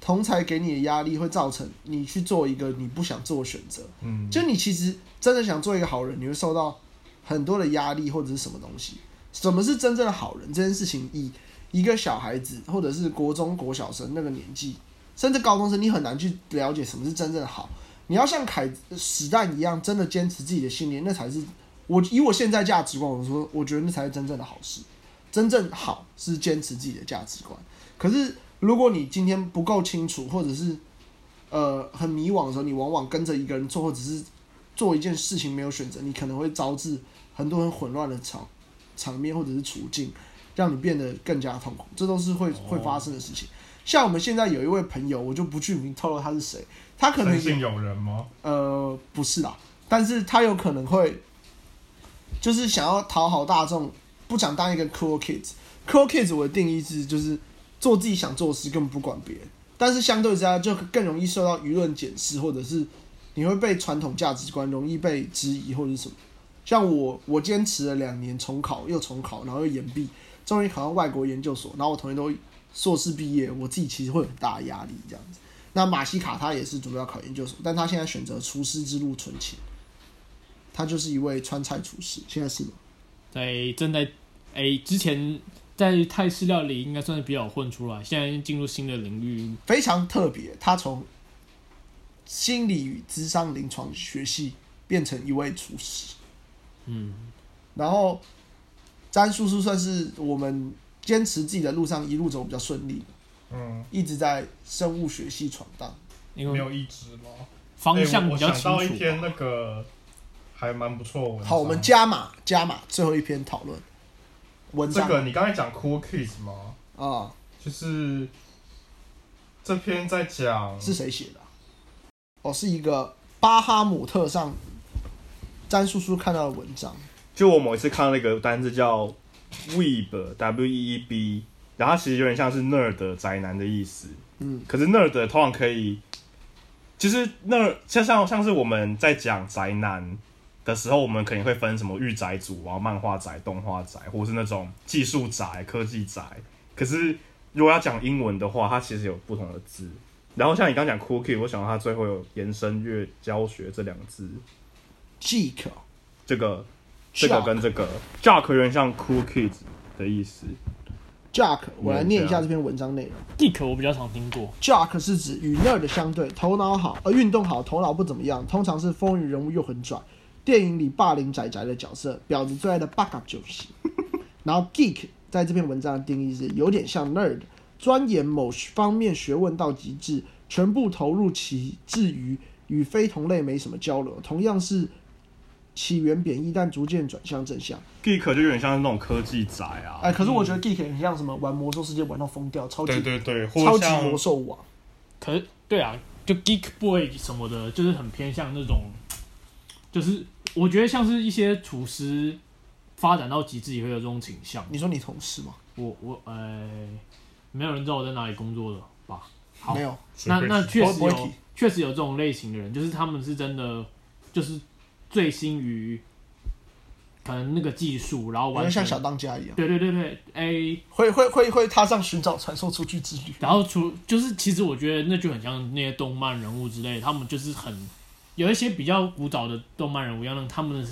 Speaker 1: 同才给你的压力会造成你去做一个你不想做的选择。
Speaker 2: 嗯，
Speaker 1: 就你其实真的想做一个好人，你会受到很多的压力或者是什么东西。什么是真正的好人这件事情，以一个小孩子或者是国中国小生那个年纪，甚至高中生，你很难去了解什么是真正的好。你要像凯史蛋一样，真的坚持自己的信念，那才是我以我现在价值观，我说我觉得那才是真正的好事。真正好是坚持自己的价值观。可是如果你今天不够清楚，或者是呃很迷惘的时候，你往往跟着一个人做，或者是做一件事情没有选择，你可能会招致很多很混乱的场场面或者是处境，让你变得更加痛苦，这都是会会发生的事情。像我们现在有一位朋友，我就不具名透露他是谁，他可能
Speaker 2: 深
Speaker 1: 也
Speaker 2: 信有人吗？
Speaker 1: 呃，不是啦，但是他有可能会，就是想要讨好大众，不想当一个 cool kids。cool kids 我的定义是就是做自己想做的事，根本不管别人。但是相对之下，就更容易受到舆论检视，或者是你会被传统价值观容易被质疑或者是什么。像我，我坚持了两年重考，又重考，然后又延毕，终于考上外国研究所，然后我同学都硕士毕业，我自己其实会有很大的压力这样子。那马西卡他也是准备要考研究所，但他现在选择厨师之路存钱。他就是一位川菜厨师，现在是吗？
Speaker 3: 在正在诶、之前在泰式料理应该算是比较有混出来，现在进入新的领域，
Speaker 1: 非常特别，他从心理与智商临床学系变成一位厨师。
Speaker 3: 嗯，
Speaker 1: 然后詹叔叔算是我们坚持自己的路上一路走比较顺利的，
Speaker 2: 嗯，
Speaker 1: 一直在生物学系闯荡。
Speaker 3: 因
Speaker 2: 没
Speaker 3: 为
Speaker 2: 有一只吗？
Speaker 3: 方向
Speaker 2: 欸
Speaker 3: 比
Speaker 2: 我
Speaker 3: 较
Speaker 2: 我
Speaker 3: 清
Speaker 2: 想到一
Speaker 3: 楚
Speaker 2: 篇
Speaker 3: 吧。
Speaker 2: 那个还蛮不错的文章。
Speaker 1: 好，我们加码加码，最后一篇讨论文
Speaker 2: 这
Speaker 1: 章
Speaker 2: 个，你刚才讲 Cool Kids 吗？
Speaker 1: 啊、
Speaker 2: 就是这篇在讲
Speaker 1: 是谁写的啊、哦，是一个巴哈姆特上詹叔叔看到的文章。
Speaker 4: 就我某一次看到那个单字叫 weeb w e e b，然后它其实有点像是 nerd 宅男的意思。
Speaker 1: 嗯，
Speaker 4: 可是 nerd 通常可以，其实 nerd 像像像是我们在讲宅男的时候，我们肯定会分什么御宅族啊、漫画宅、动画宅，或是那种技术宅、科技宅。可是如果要讲英文的话，它其实有不同的字。然后像你刚讲 cookie，我想到它最后有延伸乐教学这两个字，
Speaker 1: Geek，
Speaker 4: 这个这个跟这个 Jack 有点像 Cool Kids 的意思，
Speaker 1: Jack，我来念一下
Speaker 4: 嗯
Speaker 1: 这篇文章内容。
Speaker 3: Geek 我比较常听过，
Speaker 1: Jock 是指与 nerd 的相对，头脑好，而运动好，头脑不怎么样，通常是风云人物又很拽，电影里霸凌仔仔的角色，婊子最爱的 b u g 就是 然后 geek 在这篇文章的定义是有点像 nerd，钻研某方面学问到极致，全部投入其至于与非同类没什么交流，同样是起源贬义，但逐渐转向正向。
Speaker 4: ，Geek 就有点像是那种科技宅啊。
Speaker 1: 哎，可是我觉得 geek 很像什么玩魔兽世界玩到疯掉，超级
Speaker 2: 对对对，或
Speaker 1: 超
Speaker 2: 者
Speaker 1: 级
Speaker 2: 像
Speaker 1: 魔兽王。
Speaker 3: 可是对啊，就 Geek Boy 什么的，就是很偏向那种，就是我觉得像是一些厨师发展到极致也会有这种倾向。
Speaker 1: 你说你同事吗？
Speaker 3: 我我呃，没有人知道我在哪里工作的吧？好
Speaker 1: 没有。
Speaker 3: 那那确实
Speaker 1: 不会提
Speaker 3: 有，确实有这种类型的人，就是他们是真的就是醉心于可能那个技术，然后
Speaker 1: 我
Speaker 3: 完
Speaker 1: 就像
Speaker 3: 全
Speaker 1: 小当家一样，
Speaker 3: 对对对对，哎，
Speaker 1: 会会会会踏上寻找传说出去之旅。
Speaker 3: 然后除就是其实我觉得那就很像那些动漫人物之类，他们就是很有一些比较古早的动漫人物一样，他们的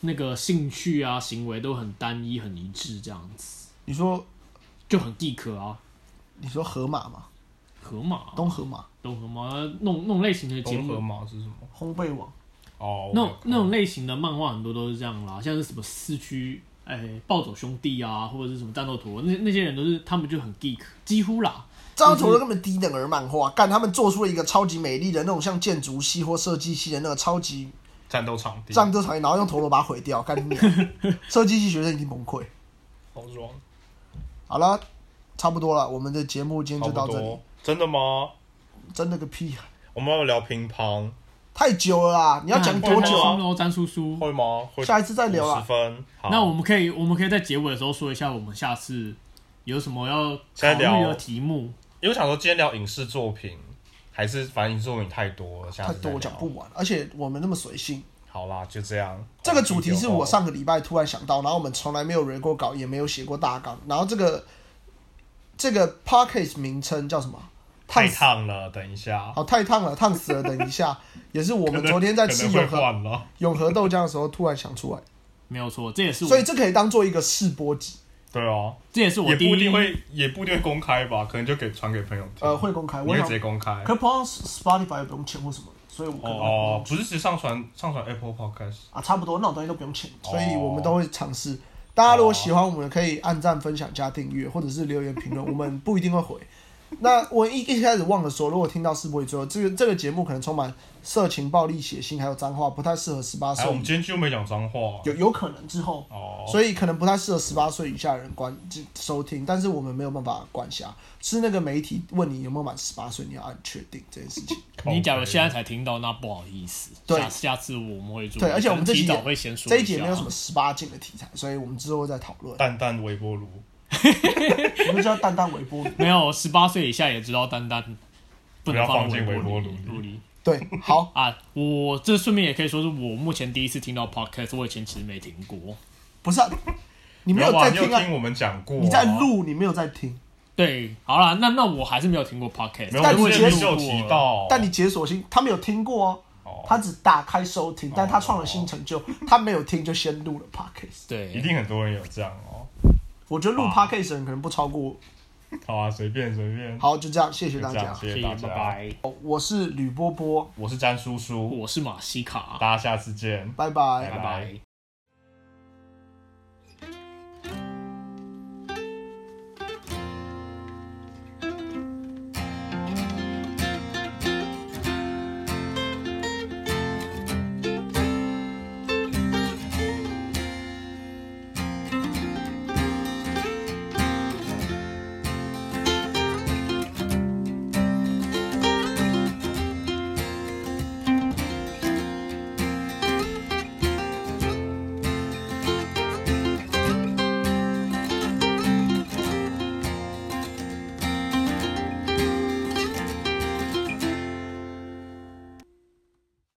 Speaker 3: 那个兴趣啊行为都很单一很一致这样子，
Speaker 1: 你说
Speaker 3: 就很 geek 啊，
Speaker 1: 你说河马嘛，
Speaker 3: 河马
Speaker 1: 东河马、
Speaker 3: 懂河马那种那种类型的节
Speaker 2: 红
Speaker 3: 目
Speaker 2: 河马是什么？
Speaker 1: 烘焙网，
Speaker 2: 哦，
Speaker 3: 那
Speaker 2: 我
Speaker 3: 种那种类型的漫画很多都是这样啦，像是什么四驱哎、暴走兄弟啊，或者是什么战斗陀，那那些人都是他们就很 geek，几乎啦。
Speaker 1: 这张图根本低等儿漫画，干他们做出了一个超级美丽的那种像建筑系或设计系的那个超级
Speaker 2: 战斗场地，
Speaker 1: 战斗场景，然后用陀螺把它毁掉，干 你娘！设计系学生已经崩溃。
Speaker 2: 好爽，
Speaker 1: 好了，差不多了，我们的节目今天
Speaker 2: 差
Speaker 1: 就到
Speaker 2: 不
Speaker 1: 这里
Speaker 2: 多。，真的吗？
Speaker 1: 真的个屁啊，
Speaker 2: 我们要不要聊乒乓，
Speaker 1: 太久了啦！你要讲多
Speaker 3: 那
Speaker 1: 久
Speaker 3: 那
Speaker 1: 啊？
Speaker 3: 红楼詹叔叔。
Speaker 2: 会吗？会
Speaker 1: 下一次再聊
Speaker 2: 五
Speaker 1: 啊
Speaker 2: 十。分。好
Speaker 3: 那我们可以，我们可以在结尾的时候说一下，我们下次有什么要
Speaker 2: 现在
Speaker 3: 考虑
Speaker 2: 聊
Speaker 3: 的题目。
Speaker 2: 因为我想说今天聊影视作品，还是反正你作品太多了，下
Speaker 1: 太
Speaker 2: 次再
Speaker 1: 多
Speaker 2: 聊
Speaker 1: 讲不完，而且我们那么随性。
Speaker 2: 好啦，就这样。
Speaker 1: 这个主题是我
Speaker 2: 哦
Speaker 1: 上个礼拜突然想到，然后我们从来没有 r 过稿，也没有写过大纲。然后这个这个 p o c k e t 名称叫什么？
Speaker 2: 太
Speaker 1: 死
Speaker 2: 烫了，等一下，
Speaker 1: 哦，太烫了，烫死了。等一下，也是我
Speaker 2: 我
Speaker 1: 们昨天在吃
Speaker 2: 会
Speaker 1: 永和
Speaker 2: 换了。
Speaker 1: 永和豆浆的时候突然想出来，
Speaker 3: 没有错，这也是我
Speaker 1: 所以这可以当做一个试播集，
Speaker 2: 对哦，
Speaker 3: 这也是我
Speaker 2: 也
Speaker 3: 第
Speaker 2: 不一
Speaker 3: 一
Speaker 2: 定。会，也不一定会公开吧，可能就给传给朋友听。
Speaker 1: 呃，会公开。
Speaker 2: 你
Speaker 1: 我
Speaker 2: 会
Speaker 1: 想
Speaker 2: 直，接公开
Speaker 1: 可。是不知道 Spotify 也不用钱或什么，所以我可能
Speaker 2: 哦，不是直接上传上传 Apple Podcast。
Speaker 1: 啊，差不多那种东西都不用钱，
Speaker 2: 哦
Speaker 1: 所以我们都会尝试。大家如果喜欢我们，可以按赞、分享、加订阅，或者是留言评论，我们不一定会回。那我一一开始忘了说，如果听到世博宇之后，这个这个节目可能充满色情、暴力、血腥，还有脏话，不太适合十八
Speaker 2: 哎，
Speaker 1: 岁
Speaker 2: 我们今天就没讲脏话。啊
Speaker 1: 有有可能之后，
Speaker 2: 哦，
Speaker 1: 所以可能不太适合十八岁以下的人观收听，但是我们没有办法管辖，是那个媒体问你有没有满十八岁，你要按确定这件事情。
Speaker 3: 你假如现在才听到，那不好意思，
Speaker 1: 对
Speaker 3: 下下次我们会做。
Speaker 1: 对而且我们这集
Speaker 3: 提早会先说
Speaker 1: 这一
Speaker 3: 下
Speaker 1: 节没有什么十八禁的题材，所以我们之后再讨论。
Speaker 2: 蛋蛋微波炉，
Speaker 1: 我们就叫蛋蛋微波炉。
Speaker 3: 没有，十八岁以下也知道丹丹不能
Speaker 2: 不要放进
Speaker 3: 微
Speaker 2: 微波
Speaker 3: 炉
Speaker 2: 炉
Speaker 3: 里
Speaker 1: 对，好。
Speaker 3: 啊。我这顺便也可以说是我目前第一次听到 podcast，我以前其实没听过。
Speaker 1: 不是、啊，你没有
Speaker 2: 有啊
Speaker 1: 在
Speaker 2: 你有
Speaker 1: 听啊？
Speaker 2: 听我们讲过啊？
Speaker 1: 你在录，你没有在听，
Speaker 3: 对，好啦，那那我还是没有听过 podcast，
Speaker 2: 没有？
Speaker 1: 但你
Speaker 2: 我们之前
Speaker 1: 其实
Speaker 2: 就有提到，
Speaker 1: 啊但你解锁新，他没有听过哦。
Speaker 2: 哦
Speaker 1: 他只打开收听，但他创了新成就，他没有听就先录了 podcast。
Speaker 2: 一
Speaker 3: 对，
Speaker 2: 定很多人有这样哦。
Speaker 1: 我觉得录
Speaker 2: 哦
Speaker 1: podcast 的人可能不超过我。
Speaker 2: 好啊，随便随便。
Speaker 1: 好，就这样，谢谢
Speaker 2: 就
Speaker 1: 大
Speaker 2: 这
Speaker 1: 家
Speaker 2: 样，。谢
Speaker 3: 谢
Speaker 2: 谢
Speaker 3: 谢，
Speaker 2: 大
Speaker 3: 拜
Speaker 2: 家。
Speaker 3: 拜。
Speaker 1: 我是吕波波，
Speaker 2: 我是詹叔叔，
Speaker 3: 我是马西卡，
Speaker 2: 大家下次见。
Speaker 1: 拜拜
Speaker 3: 拜
Speaker 2: 拜
Speaker 3: 拜。